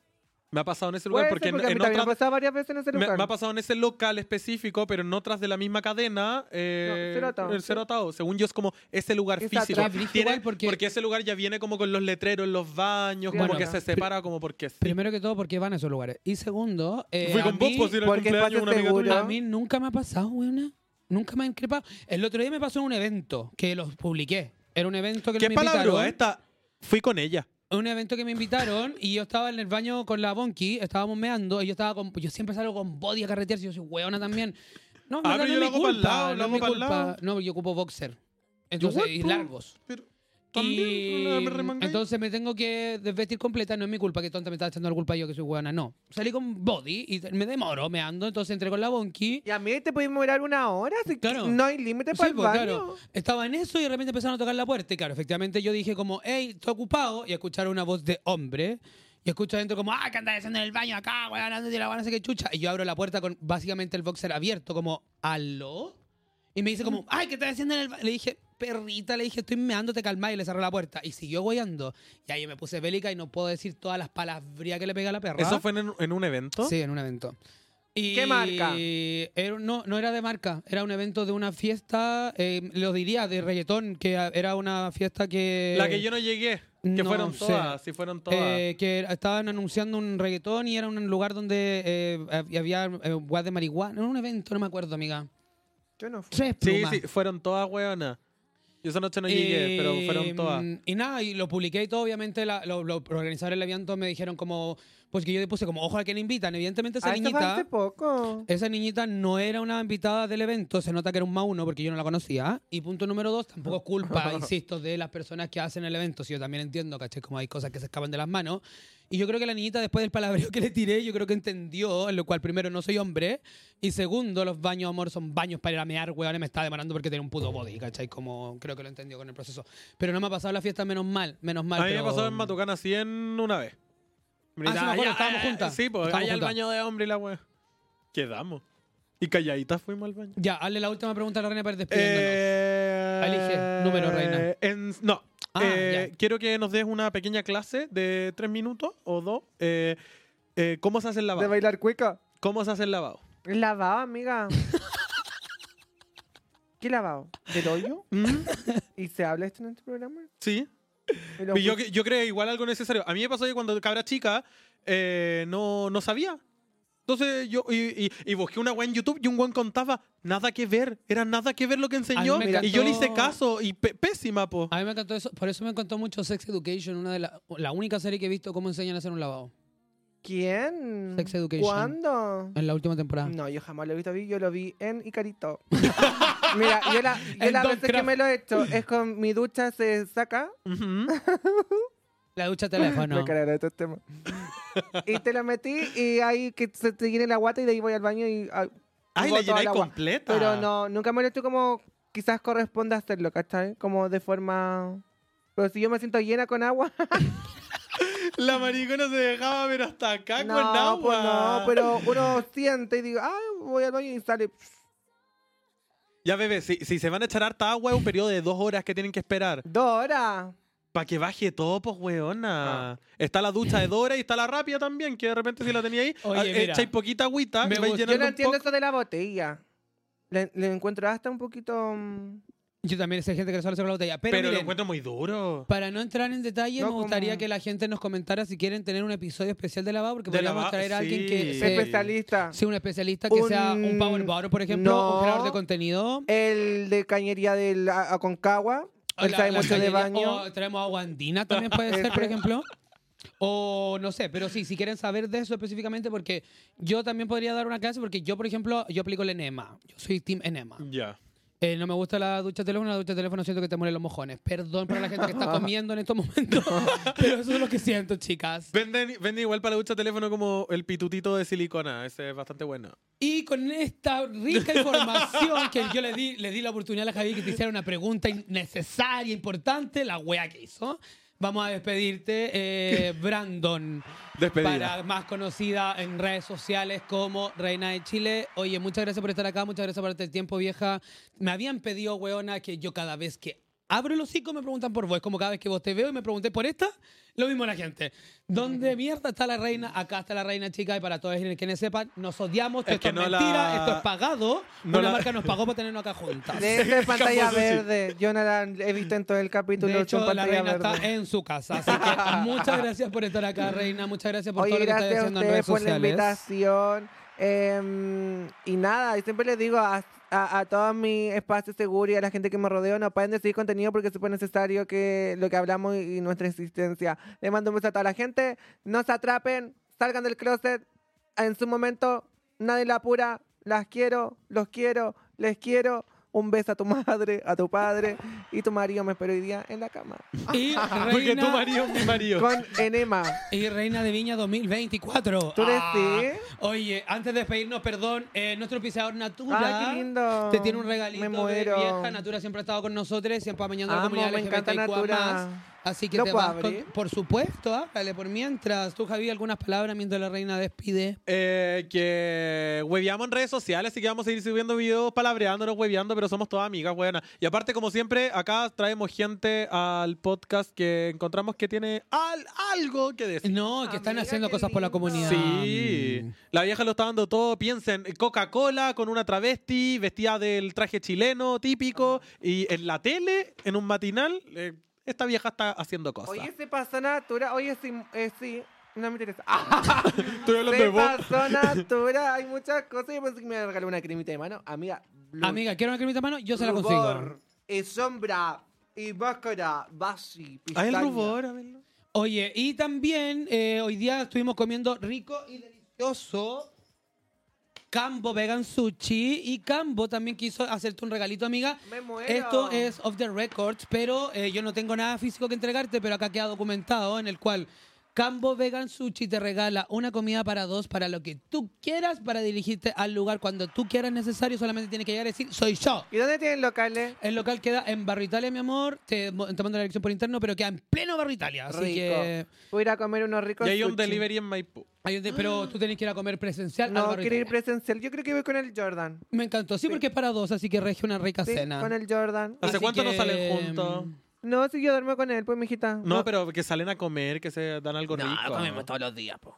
Me ha pasado en
Este
ese lugar
Puede
porque
ser,
en,
porque a mí
en
también me ha
otras-
pasado varias veces en ese
me,
lugar.
me ha pasado en ese local específico, pero en otras de la misma cadena. Eh,
No, Cero Atado.
el Cero Atado. Según yo, es como ese lugar
Es
físico.
atrás.
Brígido
Tiene-
igual porque-
porque... ese lugar ya viene como con los letreros en los baños,
Sí,
como
bueno.
que se separa, como porque sí.
Primero que todo, porque van a esos lugares. Y segundo, eh,
Fui
a
con vos
mí-
pues, ir al
porque es
cumpleaños de
patio
una amiga tuya.
seguro.
A mí nunca me ha pasado, weona. Nunca me ha increpado. El otro día me pasó en un evento que los publiqué. Era un evento que
¿Qué
me
palabra
invitaron.
esta? Fui con ella.
un evento que me invitaron y yo estaba en el baño con la Bonky, estábamos meando y yo estaba con, yo siempre salgo con body a carretear si yo soy hueona también. No, en
Ah,
verdad
pero yo
no
lo
es mi
hago pa'l
culpa,
lado, lo
no es
hago
mi
pa'l
culpa.
lado.
No, yo ocupo boxer. Entonces, y
igual, po.
largos.
Pero
Y,
también, me remangué.
entonces me tengo que desvestir completa, no es mi culpa que tonta me está echando la culpa yo que soy hueona, no. Salí con body y me demoro, me ando, entonces entré con la Bonky.
Y a mí te pudimos mirar una hora, así que
Claro.
no hay límite para
Sí,
el
pues,
baño.
claro. Estaba en eso y de repente empezaron a tocar la puerta. Y claro, efectivamente yo dije como, hey, estoy ocupado. Y escucharon una voz de hombre Y escucho adentro como, ah, que andas haciendo en el baño acá, weón, andate la weón, no sé qué chucha. Y yo abro la puerta con básicamente el boxer abierto, como, ¿aló? Y me dice como, ay, ¿qué estás haciendo en el baño? Le dije, perrita, le dije, estoy meando, te calmás. Y le cerré la puerta. Y siguió guayando. Y ahí me puse bélica y no puedo decir todas las palabrías que le pega a la perra.
¿Eso fue en, en un evento?
Sí, en un evento. Y-
¿Qué marca?
era- no, no era de marca, era un evento de una fiesta, eh, lo diría, de reggaetón, que ah, era una fiesta que...
La que yo no llegué. Que
no
fueron
sé.
todas, sí fueron todas.
eh, que estaban anunciando un reggaetón y era un lugar donde eh, hab- había eh, guas de marihuana. Era un evento, no me acuerdo, amiga.
Yo no fui.
Tres
sí,
plumas.
sí, fueron todas, weona. Yo esa noche no llegué, pero fueron todas.
Eh, Y nada, y lo publiqué y todo, obviamente la- lo- los organizadores del evento me dijeron como, pues que yo le puse como, ojo a quién invitan. Evidentemente esa
Ah, esto fue
niñita...
hace poco.
Esa niñita no era una invitada del evento, se nota que era un más uno porque yo no la conocía. ¿eh? Y punto número dos, tampoco es
<laughs>
culpa, insisto, de las personas que hacen el evento. Si yo también entiendo, caché, como hay cosas que se escapan de las manos. Y yo creo que la niñita, después del palabreo que le tiré, yo creo que entendió, en lo cual primero no soy hombre. Y segundo, los baños, amor, son baños para ir a mear, weón, y me está demorando porque tiene un puto body, ¿cachai? Como creo que lo entendió con el proceso. Pero no me ha pasado la fiesta, menos mal, menos mal.
a mí me
pero-
pasó en Matucana 100 una vez. Me
Ah,
gritaba,
sí, me acuerdo,
"Allá,
estábamos
eh,
juntas.
Sí, pues
Estábamos
allá al
juntas.
baño de hombre y la wea. Quedamos. Y calladitas fuimos al baño.
Ya, hazle la última pregunta a la reina para ir despidiéndonos.
Eh,
Elige, número, reina.
en- no.
Ah,
Eh,
ya.
quiero que nos des una pequeña clase de tres minutos o dos. eh, eh, ¿Cómo se hace el lavado?
bailar cuica?
¿Cómo se hace el lavado?
Lavado,
<laughs>
amiga. ¿Qué lavado? ¿Del
<laughs>
hoyo?
¿Mm?
¿Y se habla esto en este programa?
Sí.
¿Y lo
Y yo,
escucho?
que- yo creo igual algo necesario. A mí me pasó que cuando cabra chica eh, no, no sabía. Entonces yo y, y- y busqué una web en YouTube y un buen contaba nada que ver. Era nada que ver lo que enseñó.
me
Y yo le hice
encantó.
caso y pe- pésima, po.
A mí me encantó eso, por eso me encantó mucho Sex Education, una de la, la única serie que he visto cómo enseñan a hacer un lavado.
¿Quién?
Sex Education. Ah.
¿Cuándo?
En la última temporada.
No, yo jamás lo he visto, vi- yo lo vi en
<laughs>
Icarito. Mira, yo la, yo
En
la
Don
veces que
Craft.
me lo he hecho es con mi ducha se saca. <laughs>
Ujú.
La ducha teléfono.
Me cargaré estos temas. y te lo metí y ahí que se te llene la guata y de ahí voy al baño y. ah,
Ay,
pongo toda
la llenáis
gua-
completa.
Pero no, nunca me lo he hecho como quizás corresponda hacerlo, ¿cachai? Como de forma. Pero si yo me siento llena con
<laughs>
agua.
La maricona se dejaba ver
<laughs>
hasta acá
no,
Ah, con agua.
pues no, pero uno siente y digo, ah, voy al baño y sale.
Ya, bebé, si, si se van a echar harta agua, es un periodo de dos horas que tienen que esperar.
Dos horas.
Para que baje todo, pues, weona. Está la ducha de Dora y está la rápida también, que de repente si la tenía <laughs> ahí,
Oye,
ah, eh,
mira.
echáis poquita agüita,
Me
me vais
gusta.
Yo
llenando
no
un
entiendo
poco.
eso de la botella. Le, le encuentro hasta un poquito. mm,
Yo también sé gente que resuelve sobre la botella. Pero,
Pero, lo
miren,
encuentro muy duro.
para no entrar en detalle,
No,
me gustaría
como-
que la gente nos comentara si quieren tener un episodio especial de lavado, porque
De
podríamos
lavado,
traer a alguien que
sí.
sea,
Espe-
Especialista.
sea un especialista, que sea un
Un-
power bar, por ejemplo,
no.
un creador de contenido.
El de cañería del A- Aconcagua.
o
Él
la-
sabe
la
mucho de
cañería,
baño.
oh,
o traemos agua andina
<laughs>
también puede ser, por
Ese.
ejemplo. O no sé, pero sí, si quieren saber de eso específicamente, porque yo también podría dar una clase, porque yo, por ejemplo, yo aplico el enema. Yo soy team enema.
Ya.
Eh, no me gusta la ducha de teléfono, la ducha de teléfono siento que te mueren los mojones. Perdón para la gente que
<laughs>
está comiendo en estos momentos, pero eso es lo que siento, chicas.
Venden, venden igual para la ducha de teléfono como el pitutito de silicona. Ese es bastante bueno.
Y con esta rica información que yo le di, le di la oportunidad a Javier que te hiciera una pregunta in- necesaria, importante, la wea que hizo. Vamos a despedirte, eh, Brandon,
Despedida.
para más conocida en redes sociales como Reina de Chile. Oye, muchas gracias por estar acá, muchas gracias por darte el tiempo, vieja. Me habían pedido, weona, que yo cada vez que abro el hocico me preguntan por vos. Es como cada vez que vos te veo y me pregunté por esta, lo mismo la gente. ¿Dónde mierda está la reina? Acá está la reina, chica. Y para todos quienes sepan, nos odiamos,
Es
esto
que
es
no la-
mentira, esto es pagado.
no
Una
la-
marca nos
<laughs>
pagó por tenernos acá juntas.
De
<laughs>
esa es pantalla
Capo sushi.
verde. Yo no la he visto en todo el capítulo.
De
son
hecho, la
pantalla
reina
verde.
está en su casa. Así que muchas gracias por estar acá, reina. Muchas gracias por
Oye,
todo lo que estás
gracias a
haciendo en redes
ustedes por la
sociales.
invitación. Em, y nada, y siempre les digo a, a, a todos mis espacios seguros y a la gente que me rodeo, no pueden decir contenido porque es súper necesario que lo que hablamos y, y nuestra existencia. Les mando un beso a toda la gente. No se atrapen, salgan del closet. En su momento, nadie la apura. Las quiero, los quiero, les quiero. Un beso a tu madre, a tu padre y tu marido me espero hoy día en la cama. <laughs>
Y
<laughs> Porque tu
reina,
marido es mi marido.
Con enema.
y reina de Viña 2024.
¿Tú
Ah.
decís?
Oye, antes de despedirnos, perdón, eh, nuestro pisador Natura.
Ay, qué lindo.
Te tiene un regalito
Me
de
muero.
vieja. Natura siempre ha estado con nosotros, siempre apoyando a la
Amo,
comunidad
me encanta
LGBTIQ+.
Natura.
Así que
¿Lo
te
puedo
vas con-
abrir?
por supuesto, háblale por mientras. Tú, Javi, algunas palabras mientras la reina despide.
Eh, que hueveamos en redes sociales, así que vamos a seguir subiendo videos palabreándonos, hueveando, pero somos todas amigas, buenas. Y aparte, como siempre, acá traemos gente al podcast que encontramos que tiene al- algo que decir.
No, que están
Amiga,
haciendo
qué
cosas por la
lindo.
comunidad.
Sí, la vieja lo está dando todo. Piensen, Coca-Cola con una travesti vestida del traje chileno típico y en la tele, en un matinal, eh, esta vieja está haciendo cosas.
Oye, se pasó natura. Oye, sí, eh, sí. No me
<laughs>
interesa.
Estoy hablando de
se
vos.
pasó natura. Hay muchas cosas. Yo pensé que me iba a regalar una cremita de mano. Amiga, blu-
Amiga, ¿quiero una cremita de mano? Yo se la
rubor,
consigo.
Y sombra. Y máscara. Basi.
Hay Ah, el
pestaña.
rubor, a verlo.
Oye, y también eh, hoy día estuvimos comiendo rico y delicioso Cambo Vegan Sushi. Y Cambo también quiso hacerte un regalito, amiga.
Me muero.
Esto es off the records, pero eh, yo no tengo nada físico que entregarte, pero acá queda documentado en el cual Cambo Vegan Sushi te regala una comida para dos, para lo que tú quieras, para dirigirte al lugar cuando tú quieras necesario, solamente tienes que llegar a decir, soy yo.
¿Y dónde tienen locales?
El local queda en Barrio Italia, mi amor. Te, mo- te mando la dirección por interno, pero queda en pleno Barrio Italia. Así
Rico.
que...
Voy a ir a comer unos ricos
Y hay un
sushi.
delivery en Maipú.
Hay un de- pero tú tenés que ir a comer presencial al
Mm. No,
Barrio
quiero ir
Italia.
presencial. Yo creo que voy con el Jordan.
Me encantó. Sí, porque es para dos, así que rege una rica
Sí,
cena.
con el Jordan.
¿Hace
Así
cuánto no
que,
salen juntos?
mm,
No, si yo duermo con él, pues, mijita.
No, pero que salen a comer, que se dan algo rico.
todos los días, po.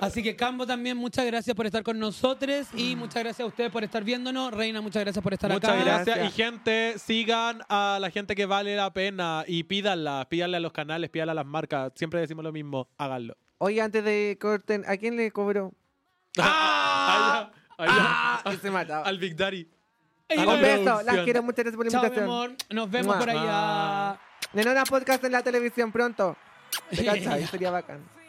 Así que Cambo también, muchas gracias por estar con nosotros
Mm.
y muchas gracias a ustedes por estar viéndonos. Reina, muchas gracias por estar
Muchas
acá.
gracias.
Gracias.
Y gente, sigan a la gente que vale la pena y pídanla, pídanle a los canales, pídanle a las marcas. Siempre decimos lo mismo, háganlo.
Oye, antes de corten, ¿a quién le
<laughs>
cobró?
<laughs> ¡Ah!
¡Ah! Y se mata.
Al Big Daddy.
Y
A la
Un
bueno,
beso, las
producción.
quiero muchas gracias por la
chao, mi
invitación.
amor. Nos vemos
Mua.
por allá. <laughs>
Nenona Podcast en la televisión pronto. ¿Te cachai? Sería bacán.